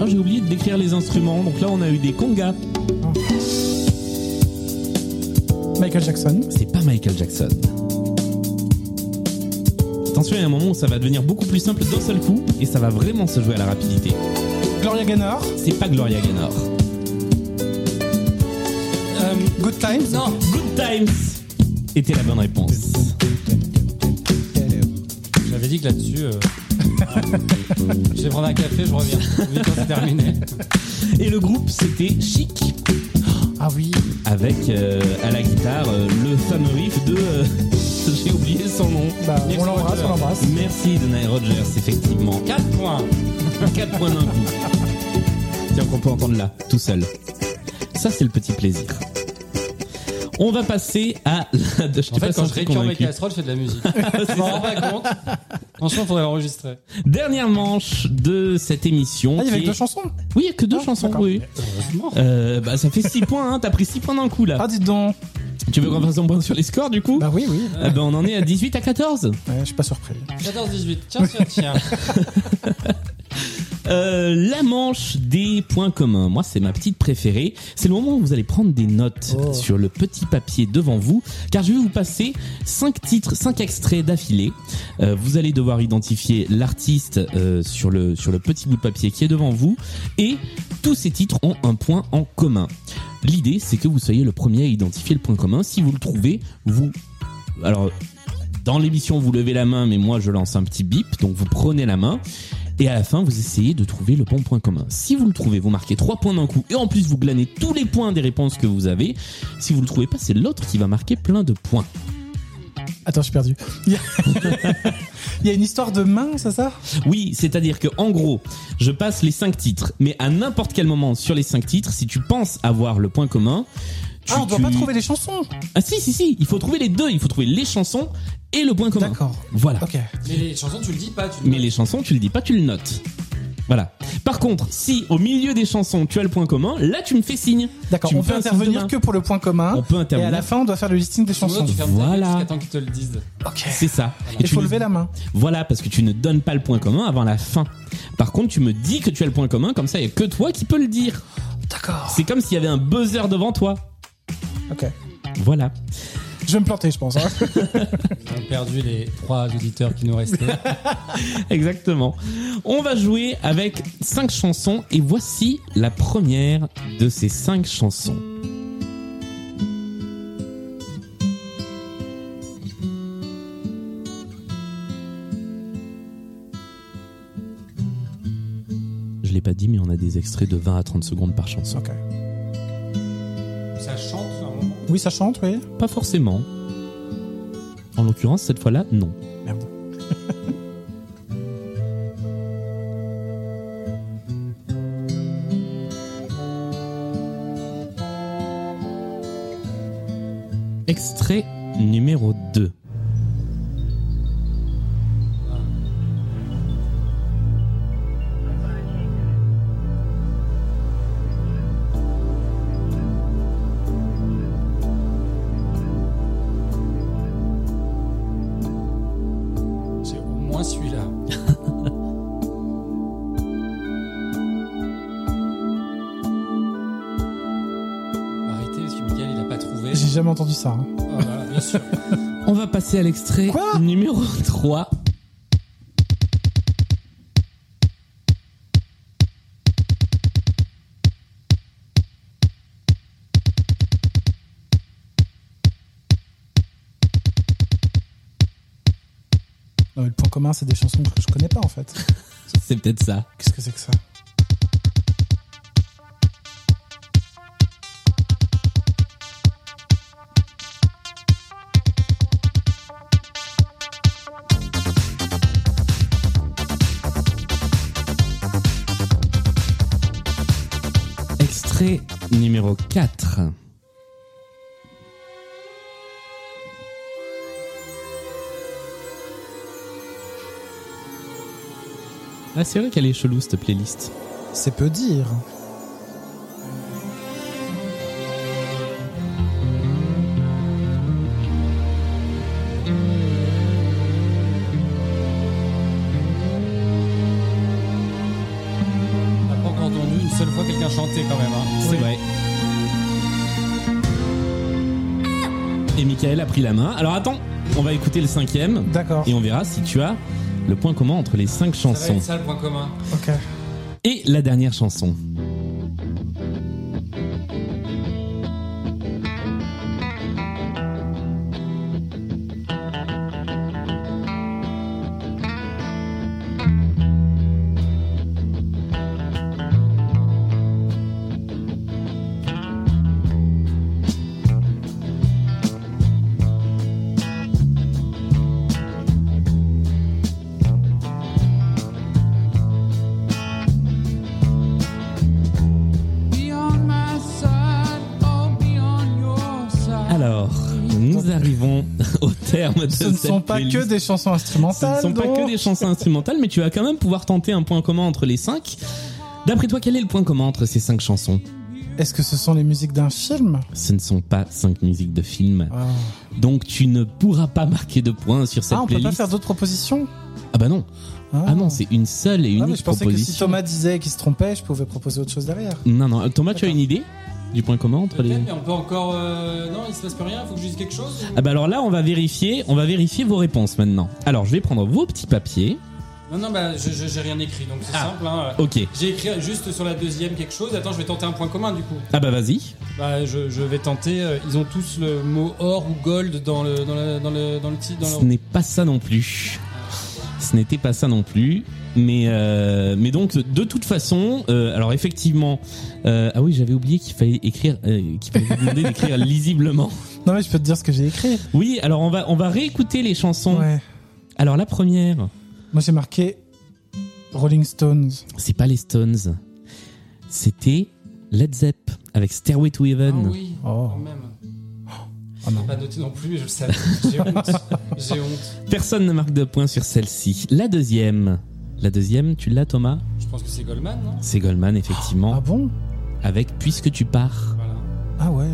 [SPEAKER 1] Ah, J'ai oublié de décrire les instruments, donc là on a eu des congas.
[SPEAKER 2] Michael Jackson.
[SPEAKER 1] C'est pas Michael Jackson. Attention, il y a un moment où ça va devenir beaucoup plus simple d'un seul coup et ça va vraiment se jouer à la rapidité.
[SPEAKER 2] Gloria Gaynor.
[SPEAKER 1] C'est pas Gloria Gaynor.
[SPEAKER 3] Euh,
[SPEAKER 2] Good Times.
[SPEAKER 3] non.
[SPEAKER 1] Good Times était la bonne réponse.
[SPEAKER 3] J'avais dit que là-dessus. euh, je vais prendre un café, je reviens. Oui, quand c'est terminé.
[SPEAKER 1] Et le groupe, c'était Chic
[SPEAKER 2] Ah oui.
[SPEAKER 1] avec euh, à la guitare euh, le fameux riff de. euh, J'ai oublié son nom.
[SPEAKER 2] Bah, on l'embrasse, on l'embrasse.
[SPEAKER 1] Merci de Nile Rodgers, effectivement.
[SPEAKER 3] 4 points.
[SPEAKER 1] 4 points d'un coup. Tiens, qu'on peut entendre là, tout seul. Ça, c'est le petit plaisir. On va passer à la. Je t'ai
[SPEAKER 3] En fait,
[SPEAKER 1] pas
[SPEAKER 3] quand je
[SPEAKER 1] senti
[SPEAKER 3] récupère mes
[SPEAKER 1] convaincu.
[SPEAKER 3] casseroles, je fais de la musique. Je m'en rends pas compte. Franchement, faudrait l'enregistrer.
[SPEAKER 1] Dernière manche de cette émission.
[SPEAKER 2] Ah, il
[SPEAKER 1] qui
[SPEAKER 2] y avait
[SPEAKER 1] est-
[SPEAKER 2] que deux chansons.
[SPEAKER 1] Oui, il y a que deux
[SPEAKER 2] Ah,
[SPEAKER 1] chansons.
[SPEAKER 2] d'accord.
[SPEAKER 1] Oui. Euh, bah, ça fait 6 points, hein. t'as pris 6 points d'un coup là.
[SPEAKER 2] Ah, dites donc.
[SPEAKER 1] tu veux qu'on fasse un point sur les scores du coup
[SPEAKER 2] Bah oui, oui.
[SPEAKER 1] Ah bah, On en est à 18 à 14.
[SPEAKER 2] Ouais, je suis pas surpris.
[SPEAKER 3] 14-18. Tiens, tiens, tiens.
[SPEAKER 1] Euh, la manche des points communs. Moi, c'est ma petite préférée. C'est le moment où vous allez prendre des notes
[SPEAKER 2] Oh.
[SPEAKER 1] sur le petit papier devant vous, car je vais vous passer cinq titres, cinq extraits d'affilée. Euh, vous allez devoir identifier l'artiste euh, sur le sur le petit bout de papier qui est devant vous, et tous ces titres ont un point en commun. L'idée, c'est que vous soyez le premier à identifier le point commun. Si vous le trouvez, vous alors dans l'émission, vous levez la main, mais moi je lance un petit bip, donc vous prenez la main. Et à la fin, vous essayez de trouver le bon point commun. Si vous le trouvez, vous marquez 3 points d'un coup et en plus vous glanez tous les points des réponses que vous avez. Si vous le trouvez pas, c'est l'autre qui va marquer plein de points.
[SPEAKER 2] Attends, je suis perdu. Il y a, Il y a une histoire de main, c'est ça
[SPEAKER 1] Oui, c'est-à-dire que en gros, je passe les 5 titres, mais à n'importe quel moment sur les 5 titres, si tu penses avoir le point commun, tu,
[SPEAKER 2] Ah, on doit
[SPEAKER 1] tu-
[SPEAKER 2] pas trouver les chansons.
[SPEAKER 1] Ah si si si, il faut trouver les deux, il faut trouver les chansons et le point commun.
[SPEAKER 2] D'accord.
[SPEAKER 1] Voilà.
[SPEAKER 2] Ok.
[SPEAKER 3] Mais les chansons, tu le dis pas. Tu le
[SPEAKER 1] Mais les chansons, tu le dis pas, tu le notes. Voilà. Par contre, si au milieu des chansons, tu as le point commun, là tu me fais signe.
[SPEAKER 2] D'accord.
[SPEAKER 1] Tu me
[SPEAKER 2] On peut
[SPEAKER 1] fais un signe de main.
[SPEAKER 2] intervenir que pour le point
[SPEAKER 1] On
[SPEAKER 2] commun.
[SPEAKER 1] peut
[SPEAKER 2] Et à la
[SPEAKER 1] intervenir.
[SPEAKER 2] fin, on doit faire le listing des
[SPEAKER 3] chansons,
[SPEAKER 2] chansons.
[SPEAKER 3] tu fermes ta gueule
[SPEAKER 1] Voilà.
[SPEAKER 3] jusqu'à temps qu'ils te le disent.
[SPEAKER 2] Ok.
[SPEAKER 1] C'est ça.
[SPEAKER 2] Il faut
[SPEAKER 1] tu
[SPEAKER 2] lever la main.
[SPEAKER 1] Voilà, parce que tu ne donnes pas le point commun avant la fin. Par contre, tu me dis que tu as le point commun, comme ça, il n'y a que toi qui peux le dire.
[SPEAKER 2] D'accord.
[SPEAKER 1] C'est comme s'il y avait un buzzer devant toi.
[SPEAKER 2] Ok.
[SPEAKER 1] Voilà.
[SPEAKER 2] Je vais me planter, je pense. hein.
[SPEAKER 3] On a perdu les trois auditeurs qui nous restaient.
[SPEAKER 1] Exactement. On va jouer avec cinq chansons et voici la première de ces cinq chansons. Je l'ai pas dit, mais on a des extraits de 20 à 30 secondes par chanson.
[SPEAKER 2] Ok.
[SPEAKER 3] Ça chante à un moment.
[SPEAKER 2] Oui, ça chante, oui.
[SPEAKER 1] Pas forcément. En l'occurrence, cette fois-là, non.
[SPEAKER 2] Merde.
[SPEAKER 1] Extrait numéro 2.
[SPEAKER 3] J'ai au moins celui-là. Arrêtez parce que Miguel il a pas trouvé.
[SPEAKER 2] J'ai jamais entendu ça. hein.
[SPEAKER 3] Ah, voilà, bien sûr.
[SPEAKER 1] On va passer à l'extrait
[SPEAKER 2] Quoi
[SPEAKER 1] numéro 3.
[SPEAKER 2] Non, mais le point commun, c'est des chansons que je connais pas, en fait.
[SPEAKER 1] C'est peut-être ça.
[SPEAKER 2] Qu'est-ce que c'est que ça
[SPEAKER 1] Extrait numéro 4. Ah, c'est vrai qu'elle est chelou cette playlist.
[SPEAKER 2] C'est peu dire.
[SPEAKER 3] On n'a pas encore entendu une seule fois quelqu'un chanter quand même. hein.
[SPEAKER 1] C'est vrai. Et Michael a pris la main. Alors attends, on va écouter le cinquième
[SPEAKER 2] D'accord.
[SPEAKER 1] et on verra si tu as le point commun entre les cinq
[SPEAKER 3] Ça va
[SPEAKER 1] chansons.
[SPEAKER 3] être ça le point commun.
[SPEAKER 2] Ok.
[SPEAKER 1] Et la dernière chanson. Alors, nous arrivons au terme de
[SPEAKER 2] Ce ne
[SPEAKER 1] cette
[SPEAKER 2] sont pas que
[SPEAKER 1] playlist.
[SPEAKER 2] des chansons
[SPEAKER 1] Ce
[SPEAKER 2] instrumentales.
[SPEAKER 1] ne sont pas
[SPEAKER 2] donc.
[SPEAKER 1] que des chansons instrumentales, mais tu vas quand même pouvoir tenter un point commun entre les cinq. D'après toi, quel est le point commun entre ces cinq chansons
[SPEAKER 2] Est-ce que ce sont les musiques d'un film
[SPEAKER 1] Ce ne sont pas cinq musiques de film,
[SPEAKER 2] Ah,
[SPEAKER 1] donc tu ne pourras pas marquer de points sur cette
[SPEAKER 2] Ah, on peut pas
[SPEAKER 1] playlist.
[SPEAKER 2] faire d'autres propositions
[SPEAKER 1] Ah bah non, ah non, c'est une seule et
[SPEAKER 2] Ah,
[SPEAKER 1] unique
[SPEAKER 2] mais je pensais que si
[SPEAKER 1] proposition.
[SPEAKER 2] Thomas disait qu'il se trompait, je pouvais proposer autre chose derrière.
[SPEAKER 1] Non non, Thomas, tu as une idée du point commun entre les
[SPEAKER 3] Peut-être, mais on peut encore. euh, Non, il se passe plus rien. Il faut que je dise quelque chose.
[SPEAKER 1] Ah bah alors là, on va vérifier, on va vérifier vos réponses maintenant. Alors, je vais prendre vos petits papiers.
[SPEAKER 3] Non, non, bah, je- je- j'ai rien écrit, donc c'est
[SPEAKER 1] Ah.
[SPEAKER 3] simple. hein.
[SPEAKER 1] OK.
[SPEAKER 3] J'ai écrit juste sur la deuxième quelque chose. Attends, je vais tenter un point commun du coup.
[SPEAKER 1] Ah bah vas-y.
[SPEAKER 3] Bah, je, je vais tenter. euh, Ils ont tous le mot or ou gold dans le dans le dans le dans le titre. Dans
[SPEAKER 1] Ce
[SPEAKER 3] le...
[SPEAKER 1] n'est pas ça non plus. Ce n'était pas ça non plus. Mais, euh, mais donc, de toute façon, euh, alors effectivement, euh, ah oui, j'avais oublié qu'il fallait écrire, euh, qu'il fallait vous demander d'écrire lisiblement.
[SPEAKER 2] Non, mais je peux te dire ce que j'ai écrit.
[SPEAKER 1] Oui, alors on va, on va réécouter les chansons.
[SPEAKER 2] Ouais.
[SPEAKER 1] Alors la première,
[SPEAKER 2] Moi, j'ai marqué Rolling Stones.
[SPEAKER 1] c'est pas les Stones, c'était Led Zepp avec Stairway to
[SPEAKER 3] Ah
[SPEAKER 1] Heaven.
[SPEAKER 3] oui,
[SPEAKER 2] Oh.
[SPEAKER 3] quand même.
[SPEAKER 2] Oh, non.
[SPEAKER 1] Ah
[SPEAKER 3] Pas noté non plus, mais je le savais. J'ai honte. J'ai honte.
[SPEAKER 1] Personne ne marque de point sur celle-ci. La deuxième, la deuxième, tu l'as Thomas
[SPEAKER 3] Je pense que c'est Goldman, non
[SPEAKER 1] C'est Goldman
[SPEAKER 2] Ah
[SPEAKER 1] effectivement,
[SPEAKER 2] bon
[SPEAKER 3] Ah.
[SPEAKER 1] avec Puisque tu pars.
[SPEAKER 3] Voilà.
[SPEAKER 2] Ah ouais.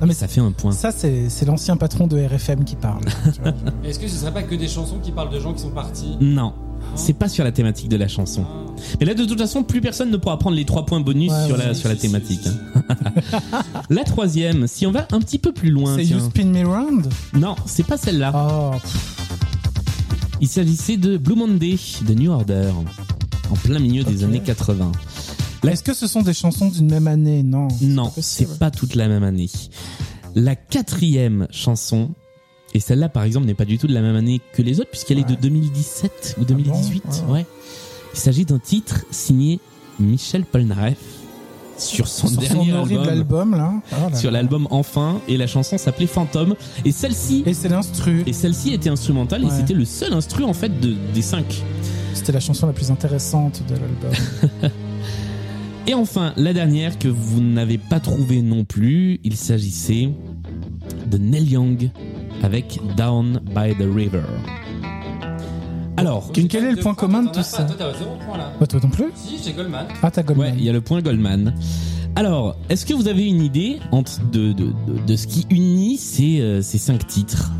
[SPEAKER 2] Non, mais
[SPEAKER 1] Ça fait un point.
[SPEAKER 2] Ça, c'est c'est l'ancien patron de RFM qui parle. tu vois.
[SPEAKER 3] Est-ce que ce serait pas que des chansons qui parlent de gens qui sont partis
[SPEAKER 1] Non, c'est pas sur la thématique de la chanson.
[SPEAKER 3] Ah.
[SPEAKER 1] Mais là, de toute façon, plus personne ne pourra prendre les trois points bonus
[SPEAKER 2] Ouais,
[SPEAKER 1] sur,
[SPEAKER 2] ouais,
[SPEAKER 1] la,
[SPEAKER 3] si,
[SPEAKER 1] sur la
[SPEAKER 3] si,
[SPEAKER 1] thématique.
[SPEAKER 3] si, si.
[SPEAKER 1] hein. la troisième, si on va un petit peu plus loin,
[SPEAKER 2] c'est
[SPEAKER 1] tiens. Ah.
[SPEAKER 2] You Spin Me Round
[SPEAKER 1] non, c'est pas celle-là.
[SPEAKER 2] Oh, pff,
[SPEAKER 1] Il s'agissait de Blue Monday de New Order, en plein milieu des
[SPEAKER 2] Ok.
[SPEAKER 1] années 80.
[SPEAKER 2] Est-ce que ce sont des chansons d'une même année Non.
[SPEAKER 1] Non,
[SPEAKER 2] possible.
[SPEAKER 1] c'est pas toute la même année. La quatrième chanson, et celle-là par exemple n'est pas du tout de la même année que les autres, puisqu'elle est de
[SPEAKER 2] Ouais.
[SPEAKER 1] 2017 ou 2018.
[SPEAKER 2] Ah bon
[SPEAKER 1] ouais. Il s'agit d'un titre signé Michel Polnareff sur son
[SPEAKER 2] Sur
[SPEAKER 1] dernier
[SPEAKER 2] son horrible
[SPEAKER 1] album.
[SPEAKER 2] album, là. Oh là
[SPEAKER 1] sur
[SPEAKER 2] là.
[SPEAKER 1] l'album Enfin et la chanson s'appelait Fantôme et celle-ci
[SPEAKER 2] Et c'est l'instru.
[SPEAKER 1] et celle-ci était instrumentale et
[SPEAKER 2] Ouais.
[SPEAKER 1] c'était le seul instru en fait de, des cinq.
[SPEAKER 2] C'était la chanson la plus intéressante de l'album.
[SPEAKER 1] Et enfin la dernière que vous n'avez pas trouvée non plus, il s'agissait de Neil Young avec Down by the River. Alors
[SPEAKER 3] J'ai
[SPEAKER 2] quel est le
[SPEAKER 3] deux
[SPEAKER 2] point
[SPEAKER 3] points,
[SPEAKER 2] commun de
[SPEAKER 3] toi, t'en
[SPEAKER 2] tout
[SPEAKER 3] as pas.
[SPEAKER 2] ça
[SPEAKER 3] Toi, t'as zéro point là.
[SPEAKER 2] bah, toi non plus
[SPEAKER 3] Si, j'ai Goldman.
[SPEAKER 2] Ah, t'as Goldman.
[SPEAKER 1] ouais il y a le point Goldman. Alors est-ce que vous avez une idée entre de de, de, de ce qui unit ces euh, ces cinq titres?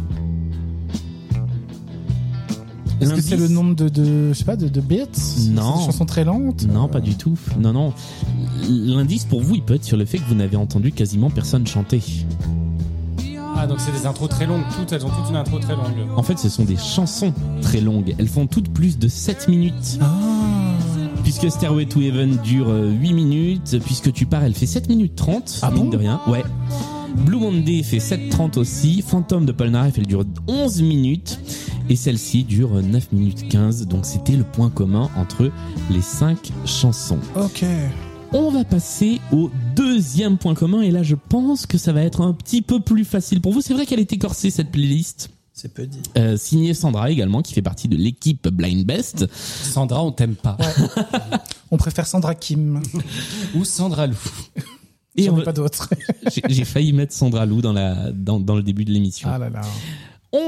[SPEAKER 2] Est-ce que c'est le
[SPEAKER 1] L'indice-
[SPEAKER 2] nombre de, de je sais pas, de, de beats
[SPEAKER 1] Non.
[SPEAKER 2] C'est des chansons très lentes
[SPEAKER 1] Non, pas du tout. Non, non. L'indice pour vous, il peut être sur le fait que vous n'avez entendu quasiment personne chanter.
[SPEAKER 3] Ah, donc c'est des intros très longues, toutes, elles ont toutes une intro très longue.
[SPEAKER 1] En fait, ce sont des chansons très longues. Elles font toutes plus de 7 minutes.
[SPEAKER 2] Ah,
[SPEAKER 1] Puisque Stairway to Heaven dure euh, 8 minutes, puisque tu pars, elle fait 7 minutes 30.
[SPEAKER 2] Ah
[SPEAKER 1] mine
[SPEAKER 2] bon
[SPEAKER 1] de rien. Ouais. Blue Monday fait 7.30 aussi. Phantom de Polnareff, elle dure 11 minutes. Et celle-ci dure euh, 9 minutes 15. Donc c'était le point commun entre les 5 chansons.
[SPEAKER 2] ok.
[SPEAKER 1] On va passer au deuxième point commun et là je pense que ça va être un petit peu plus facile pour vous. C'est vrai qu'elle est écorcée cette playlist.
[SPEAKER 6] C'est peu dit.
[SPEAKER 1] Euh, signée Sandra également qui fait partie de l'équipe Blind Best.
[SPEAKER 3] Sandra, on t'aime pas.
[SPEAKER 2] On préfère Sandra Kim.
[SPEAKER 3] Ou Sandra Lou.
[SPEAKER 1] Et
[SPEAKER 2] J'en
[SPEAKER 1] on
[SPEAKER 2] ai pas
[SPEAKER 1] va-
[SPEAKER 2] d'autres.
[SPEAKER 1] j'ai j'ai failli mettre Sandra Lou dans, la, dans, dans le début de l'émission.
[SPEAKER 2] ah là là.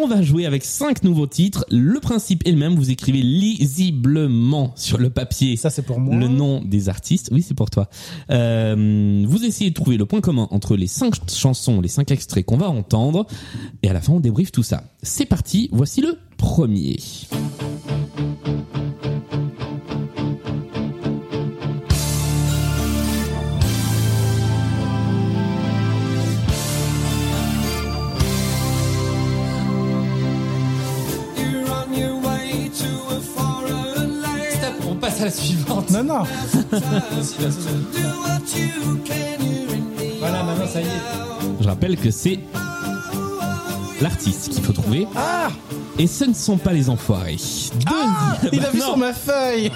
[SPEAKER 1] On va jouer avec cinq nouveaux titres. Le principe est le même, vous écrivez lisiblement sur le papier
[SPEAKER 2] Et ça, c'est pour moi.
[SPEAKER 1] le nom des artistes. Oui, c'est pour toi. Euh, vous essayez de trouver le point commun entre les cinq ch- chansons, les cinq extraits qu'on va entendre, et à la fin on débriefe tout ça. C'est parti. Voici le premier.
[SPEAKER 7] You're on your way to a foreign land.
[SPEAKER 3] Stop, on passe à la suivante.
[SPEAKER 2] Non, non.
[SPEAKER 7] Do what you can, you're in the
[SPEAKER 3] Voilà, maintenant ça y est.
[SPEAKER 1] Je rappelle que c'est l'artiste qu'il faut trouver.
[SPEAKER 2] Ah
[SPEAKER 1] et ce ne sont pas les enfoirés. Deuxi-
[SPEAKER 2] Il a vu
[SPEAKER 1] Non.
[SPEAKER 2] sur ma feuille.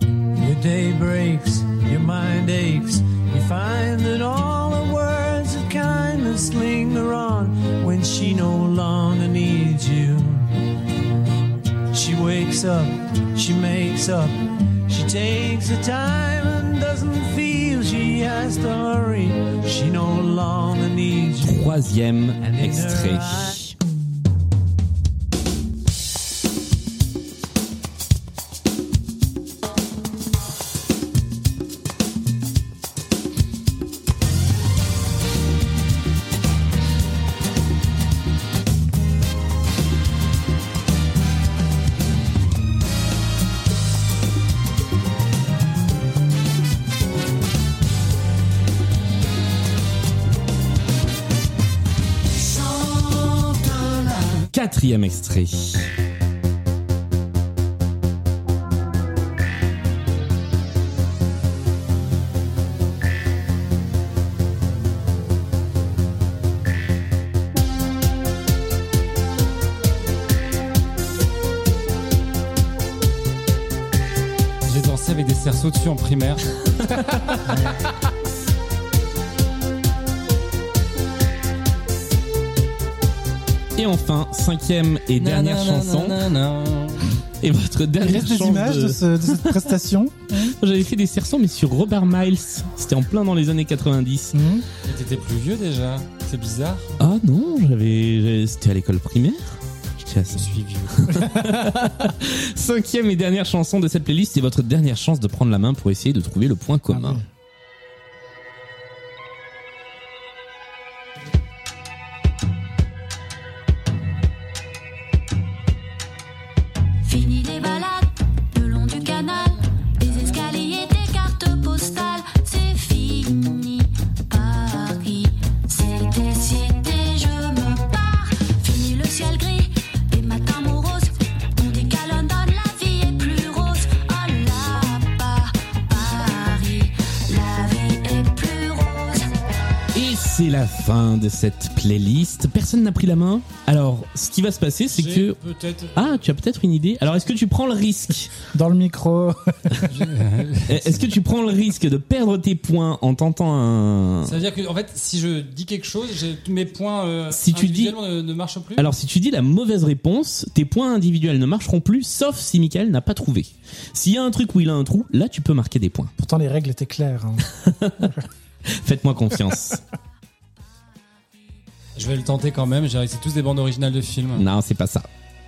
[SPEAKER 6] Your day breaks, your mind aches. You find that all the words of kindness linger on when she no longer needs you. She wakes up, she makes up, she takes her time and doesn't feel she has to hurry. She no longer needs you.
[SPEAKER 1] Troisième extrait. Quatrième extrait.
[SPEAKER 3] classe au-dessus en primaire.
[SPEAKER 1] Et enfin, cinquième et dernière chanson. Et votre
[SPEAKER 2] Il
[SPEAKER 1] dernière
[SPEAKER 2] reste des
[SPEAKER 1] chanson.
[SPEAKER 2] images de, ce- de cette prestation.
[SPEAKER 1] J'avais fait des serçons, mais sur Robert Miles. C'était en plein dans les années 90.
[SPEAKER 2] Mhm.
[SPEAKER 3] Et T'étais plus vieux déjà. C'est bizarre.
[SPEAKER 1] Ah non, j'avais. j'avais- C'était à l'école primaire. J'étais à
[SPEAKER 3] Je
[SPEAKER 1] ça.
[SPEAKER 3] suis vieux.
[SPEAKER 1] Cinquième et dernière chanson de cette playlist. C'est votre dernière chance de prendre la main pour essayer de trouver le point commun.
[SPEAKER 5] Fini les balades le long du canal, des escaliers, des cartes postales, c'est fini Paris, c'est décidé, je me pars. Fini le ciel gris, les matins moroses, on dit qu'à London la vie est plus rose. Oh là-bas, Paris, la vie est plus rose.
[SPEAKER 1] Et c'est la fin de cette playlist. Personne n'a pris la main. Alors, ce qui va se passer, c'est
[SPEAKER 3] J'ai
[SPEAKER 1] que.
[SPEAKER 3] Peut-être.
[SPEAKER 1] Ah, tu as peut-être une idée. Alors, est-ce que tu prends le risque
[SPEAKER 2] Dans le micro.
[SPEAKER 1] Est-ce que tu prends le risque de perdre tes points en tentant un.
[SPEAKER 3] Ça veut dire que, en fait, si je dis quelque chose, j'ai- tous mes points euh,
[SPEAKER 1] Si tu dis-
[SPEAKER 3] individuellement ne, ne marchent plus.
[SPEAKER 1] Alors si tu dis la mauvaise réponse, tes points individuels ne marcheront plus, sauf si Michael n'a pas trouvé. S'il y a un truc où il a un trou, là tu peux marquer des points.
[SPEAKER 2] Pourtant, les règles étaient claires. hein.
[SPEAKER 1] Faites-moi confiance.
[SPEAKER 3] Je vais le tenter quand même. J'ai- C'est tous des bandes originales de films.
[SPEAKER 1] non, c'est pas ça.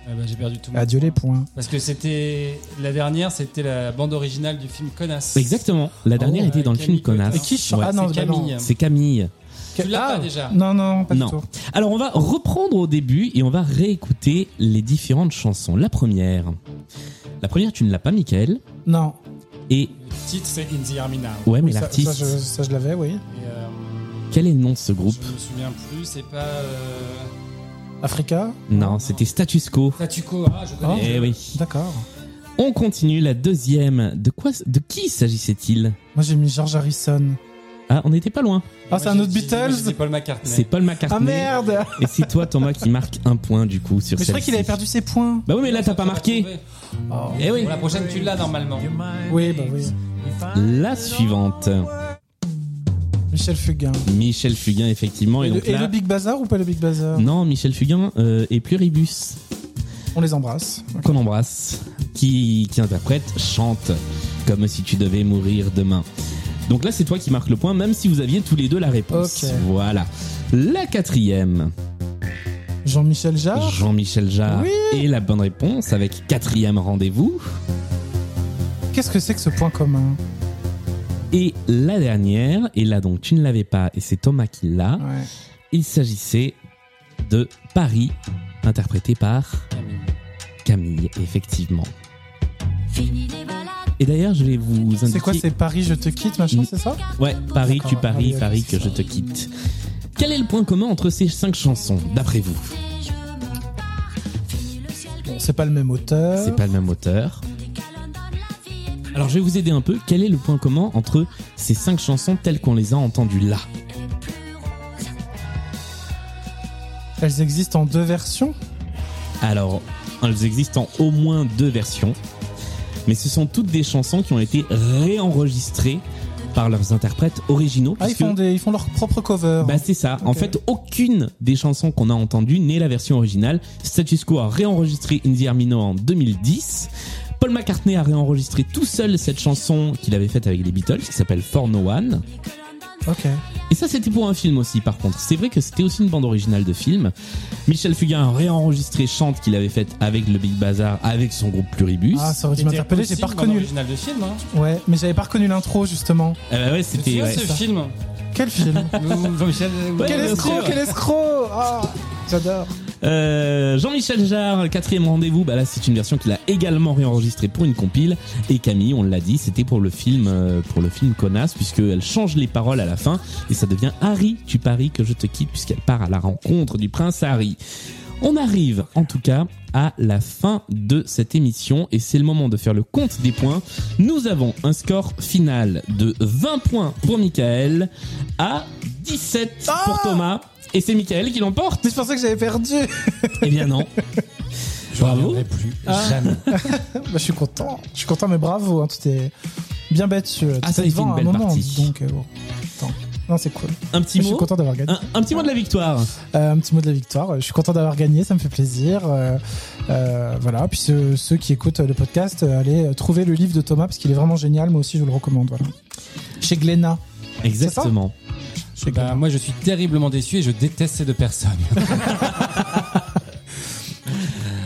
[SPEAKER 3] Ah bah, j'ai perdu tout. mon
[SPEAKER 2] Adieu les
[SPEAKER 3] temps.
[SPEAKER 2] points.
[SPEAKER 3] Parce que c'était la dernière, c'était la bande originale du film Connasse.
[SPEAKER 1] Exactement. La dernière
[SPEAKER 2] Oh,
[SPEAKER 3] ouais,
[SPEAKER 1] était dans le
[SPEAKER 3] Camille
[SPEAKER 1] film Connasse.
[SPEAKER 3] Cotin.
[SPEAKER 2] Et qui chante
[SPEAKER 1] Ouais.
[SPEAKER 2] Ah non,
[SPEAKER 3] C'est
[SPEAKER 2] bah non. Ah.
[SPEAKER 3] Camille.
[SPEAKER 1] C'est Camille.
[SPEAKER 3] Tu l'as pas déjà
[SPEAKER 2] Non, non, pas
[SPEAKER 1] Non.
[SPEAKER 2] du tout.
[SPEAKER 1] Alors on va reprendre au début et on va réécouter les différentes chansons. La première. La première, tu ne l'as pas, Michael.
[SPEAKER 2] Non.
[SPEAKER 1] Et
[SPEAKER 3] Le titre c'est In the Army Now.
[SPEAKER 1] ouais, mais
[SPEAKER 2] Oui, ça-
[SPEAKER 1] l'artiste.
[SPEAKER 2] Ça, je, ça, je l'avais, oui.
[SPEAKER 3] Et, euh,
[SPEAKER 1] Quel est le nom de ce groupe
[SPEAKER 3] Je me souviens plus, c'est pas. Euh...
[SPEAKER 2] Africa
[SPEAKER 1] Non, c'était Status Quo.
[SPEAKER 3] Statu Quo, ah, je connais.
[SPEAKER 1] Eh oui.
[SPEAKER 2] D'accord.
[SPEAKER 1] On continue la deuxième. De quoi, de qui s'agissait-il
[SPEAKER 2] Moi, j'ai mis George Harrison.
[SPEAKER 1] Ah, on n'était pas loin.
[SPEAKER 2] Ah, c'est un autre Beatles
[SPEAKER 3] C'est Paul McCartney.
[SPEAKER 1] C'est Paul McCartney.
[SPEAKER 2] Ah merde
[SPEAKER 1] Et c'est toi, Thomas, qui marque un point du coup sur
[SPEAKER 2] Mais je crois
[SPEAKER 1] celle-ci.
[SPEAKER 2] qu'il avait perdu ses points.
[SPEAKER 1] Bah oui, mais là,
[SPEAKER 3] Ça,
[SPEAKER 1] t'as
[SPEAKER 3] tu
[SPEAKER 1] pas
[SPEAKER 3] l'as
[SPEAKER 1] marqué.
[SPEAKER 3] trouvé.
[SPEAKER 1] Eh oui.
[SPEAKER 3] Ah, Pour la prochaine, tu l'as normalement.
[SPEAKER 6] Your mind
[SPEAKER 2] Oui, bah oui.
[SPEAKER 6] aches, you find
[SPEAKER 1] La suivante.
[SPEAKER 2] Michel Fugain.
[SPEAKER 1] Michel Fugain, effectivement. Et,
[SPEAKER 2] Et,
[SPEAKER 1] donc
[SPEAKER 2] le, et
[SPEAKER 1] là-
[SPEAKER 2] le Big Bazar ou pas le Big Bazar
[SPEAKER 1] Non, Michel Fugain euh, est pluribus.
[SPEAKER 2] On les embrasse.
[SPEAKER 1] Qu'on embrasse. Qui, qui interprète, chante. Comme si tu devais mourir demain. Donc là, c'est toi qui marque le point, même si vous aviez tous les deux la réponse.
[SPEAKER 2] Ok.
[SPEAKER 1] Voilà. La quatrième.
[SPEAKER 2] Jean-Michel Jarre
[SPEAKER 1] Jean-Michel Jarre.
[SPEAKER 2] Ah. Oui.
[SPEAKER 1] Et la bonne réponse avec quatrième rendez-vous.
[SPEAKER 2] Qu'est-ce que c'est que ce point commun
[SPEAKER 1] Et la dernière, et là donc tu ne l'avais pas, et c'est Thomas qui l'a,
[SPEAKER 2] Ouais.
[SPEAKER 1] il s'agissait de Paris, interprété par Camille, effectivement.
[SPEAKER 5] Fini les balades.
[SPEAKER 1] Et d'ailleurs, je Mm. vais vous indiquer...
[SPEAKER 2] C'est quoi, c'est Paris, je te quitte, machin, c'est ça
[SPEAKER 1] Ouais, Paris, tu
[SPEAKER 2] D'accord,
[SPEAKER 1] paries,
[SPEAKER 2] Paris,
[SPEAKER 1] Paris,
[SPEAKER 2] ok,
[SPEAKER 1] que je te quitte. Quel est le point commun entre ces cinq chansons, d'après vous
[SPEAKER 2] Bon, C'est pas le même auteur.
[SPEAKER 1] C'est pas le même auteur. Alors je vais vous aider un peu, quel est le point commun entre ces cinq chansons telles qu'on les a entendues là
[SPEAKER 2] Elles existent en deux versions.
[SPEAKER 1] Alors, elles existent en au moins deux versions, mais ce sont toutes des chansons qui ont été réenregistrées par leurs interprètes originaux.
[SPEAKER 2] Ah, ils
[SPEAKER 1] puisque-
[SPEAKER 2] font, des, ils font leur propre cover.
[SPEAKER 1] Bah c'est ça. En
[SPEAKER 2] Ok.
[SPEAKER 1] fait, aucune des chansons qu'on a entendues n'est la version originale. Status Quo a réenregistré In the Army Now en 2010. Paul McCartney a réenregistré tout seul cette chanson qu'il avait faite avec les Beatles, qui s'appelle For No One.
[SPEAKER 2] ok.
[SPEAKER 1] Et ça, c'était pour un film aussi, par contre. C'est vrai que c'était aussi une bande originale de film. Michel Fugain a réenregistré Chante qu'il avait faite avec le Big Bazar, avec son groupe Pluribus.
[SPEAKER 2] Ah, ça aurait dû
[SPEAKER 3] C'était
[SPEAKER 2] m'interpeller, j'ai
[SPEAKER 3] aussi
[SPEAKER 2] pas
[SPEAKER 3] une
[SPEAKER 2] reconnu.
[SPEAKER 3] bande originale de film. Hein.
[SPEAKER 2] Ouais, mais j'avais pas reconnu l'intro, justement.
[SPEAKER 1] Eh ben ouais,
[SPEAKER 3] Tu te
[SPEAKER 1] c'était.
[SPEAKER 3] souviens
[SPEAKER 1] ouais.
[SPEAKER 3] de ce film
[SPEAKER 2] Quel film
[SPEAKER 3] Où Jean-Michel.
[SPEAKER 1] Ouais,
[SPEAKER 2] Quel
[SPEAKER 1] bien
[SPEAKER 2] escroc,
[SPEAKER 1] sûr.
[SPEAKER 2] quel escroc Ah, J'adore.
[SPEAKER 1] Euh, Jean-Michel Jarre, quatrième rendez-vous. Bah là, c'est une version qu'il a également réenregistrée pour une compile. Et Camille, on l'a dit, c'était pour le film, euh, pour le film Connasse, puisqu'elle change les paroles à la fin et ça devient Harry, tu paries que je te quitte, puisqu'elle part à la rencontre du prince Harry. On arrive, en tout cas, à la fin de cette émission et c'est le moment de faire le compte des points. Nous avons un score final de 20 points pour Michael à 17 pour Thomas. Et c'est Michael qui l'emporte.
[SPEAKER 2] Mais je pensais que j'avais perdu.
[SPEAKER 1] Eh bien non.
[SPEAKER 3] Je
[SPEAKER 1] Bravo.
[SPEAKER 3] reviendrai plus jamais.
[SPEAKER 2] Bah, je suis content. Je suis content, mais bravo. hein, tu t'es- bien bête. euh,
[SPEAKER 1] Ah, ça a été
[SPEAKER 2] t'étais
[SPEAKER 1] une
[SPEAKER 2] devant à
[SPEAKER 1] belle
[SPEAKER 2] un moment,
[SPEAKER 1] partie.
[SPEAKER 2] Donc, euh, bon. Attends. Non, c'est cool.
[SPEAKER 1] Un petit
[SPEAKER 2] Je suis
[SPEAKER 1] mot
[SPEAKER 2] content d'avoir gagné.
[SPEAKER 1] un, un petit mot de la victoire.
[SPEAKER 2] Euh, un petit mot de la victoire. Je suis content d'avoir gagné, ça me fait plaisir. Euh, euh, voilà. Puis ceux, ceux qui écoutent le podcast, euh, allez trouver le livre de Thomas parce qu'il est vraiment génial. Moi aussi, je vous le recommande. Voilà. Chez Glénat.
[SPEAKER 1] Exactement.
[SPEAKER 2] Chez
[SPEAKER 3] Bah,
[SPEAKER 2] Glénat.
[SPEAKER 3] moi, je suis terriblement déçu et je déteste ces deux personnes.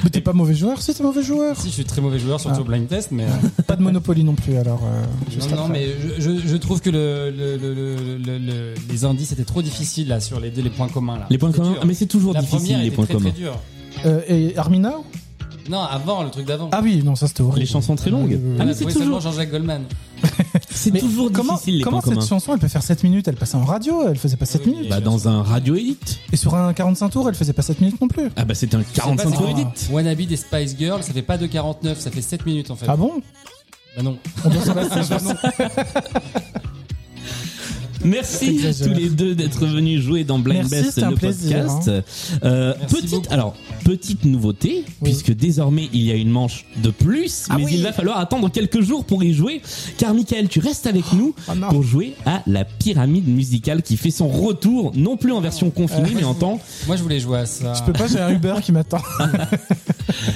[SPEAKER 2] Mais t'es pas mauvais joueur, si t'es mauvais joueur.
[SPEAKER 3] si, je suis très mauvais joueur, surtout
[SPEAKER 2] Ah.
[SPEAKER 3] au blind test, mais. euh,
[SPEAKER 2] Pas de Monopoly non plus, alors. euh,
[SPEAKER 3] Non,
[SPEAKER 2] juste
[SPEAKER 3] non,
[SPEAKER 2] après.
[SPEAKER 3] mais je, je- je trouve que le, le- le- le- le- le- les indices étaient trop difficiles là sur les, les points communs. Là.
[SPEAKER 1] Les points
[SPEAKER 3] C'était
[SPEAKER 1] communs.
[SPEAKER 3] dur.
[SPEAKER 1] Ah, mais c'est toujours
[SPEAKER 3] La
[SPEAKER 1] difficile
[SPEAKER 3] première
[SPEAKER 1] les
[SPEAKER 3] était
[SPEAKER 1] points
[SPEAKER 3] très,
[SPEAKER 1] communs.
[SPEAKER 3] Très dur.
[SPEAKER 2] Euh, et Armina
[SPEAKER 3] Non, avant le truc d'avant.
[SPEAKER 2] Ah oui, non, ça c'était horrible.
[SPEAKER 1] Les chansons très longues.
[SPEAKER 2] Euh,
[SPEAKER 1] Ah, mais
[SPEAKER 3] Voilà,
[SPEAKER 1] c'est
[SPEAKER 3] jouer
[SPEAKER 1] toujours,
[SPEAKER 3] seulement Jean-Jacques Goldman.
[SPEAKER 1] c'est
[SPEAKER 2] Mais
[SPEAKER 1] toujours
[SPEAKER 2] comment,
[SPEAKER 1] difficile les
[SPEAKER 2] comment
[SPEAKER 1] points communs.
[SPEAKER 2] cette chanson elle peut faire 7 minutes Elle passait en radio, elle faisait pas 7
[SPEAKER 3] Oui,
[SPEAKER 2] minutes.
[SPEAKER 1] Bah, dans un radio edit.
[SPEAKER 2] Et sur un 45 tours, elle faisait pas 7 minutes non plus.
[SPEAKER 1] Ah bah c'était un 45
[SPEAKER 3] c'est
[SPEAKER 1] tours
[SPEAKER 2] quoi.
[SPEAKER 1] edit.
[SPEAKER 3] Wannabe des Spice Girls, ça fait pas 2,49, ça fait 7 minutes en fait.
[SPEAKER 2] Ah bon
[SPEAKER 3] Bah non.
[SPEAKER 1] Merci
[SPEAKER 2] J'exagère.
[SPEAKER 1] tous les deux d'être venus jouer dans Blind
[SPEAKER 2] Merci,
[SPEAKER 1] Best
[SPEAKER 2] c'était un
[SPEAKER 1] le
[SPEAKER 2] plaisir, hein.
[SPEAKER 1] podcast. Euh,
[SPEAKER 3] Merci
[SPEAKER 1] petite
[SPEAKER 3] beaucoup.
[SPEAKER 1] alors petite nouveauté puisque désormais il y a une manche de plus
[SPEAKER 2] Ah
[SPEAKER 1] mais il va falloir attendre quelques jours pour y jouer car Michael tu restes avec nous
[SPEAKER 2] Oh non.
[SPEAKER 1] pour jouer à la pyramide musicale qui fait son retour non plus en version
[SPEAKER 2] Euh.
[SPEAKER 1] confinée mais en tant
[SPEAKER 3] Moi je voulais jouer à ça.
[SPEAKER 2] Je peux pas, j'ai un Uber qui m'attend.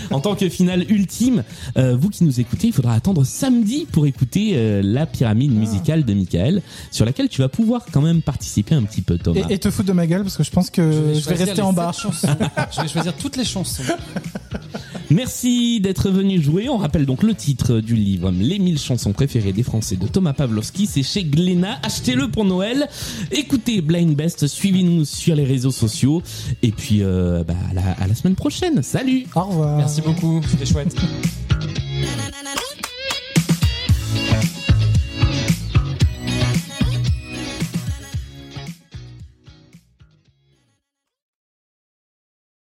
[SPEAKER 1] en tant que finale ultime Euh, vous qui nous écoutez il faudra attendre samedi pour écouter euh, la
[SPEAKER 2] Ah.
[SPEAKER 1] pyramide musicale de Michael sur laquelle tu vas pouvoir quand même participer un petit peu Thomas
[SPEAKER 2] Et, et te foutre de ma gueule parce que je pense que je, vais
[SPEAKER 3] choisir
[SPEAKER 2] rester
[SPEAKER 3] les
[SPEAKER 2] en
[SPEAKER 3] sept
[SPEAKER 2] bas.
[SPEAKER 3] chansons. je vais choisir toutes les chansons.
[SPEAKER 1] Merci d'être venu jouer. On rappelle donc le titre du livre Les 1000 chansons préférées des Français de Thomas Pavlovski. C'est chez Glénat. Achetez-le pour Noël. Écoutez Blind Best. Suivez-nous sur les réseaux sociaux. Et puis, euh, bah, à, la, à la semaine prochaine. Salut!
[SPEAKER 2] Au revoir.
[SPEAKER 3] Merci beaucoup, c'était chouette.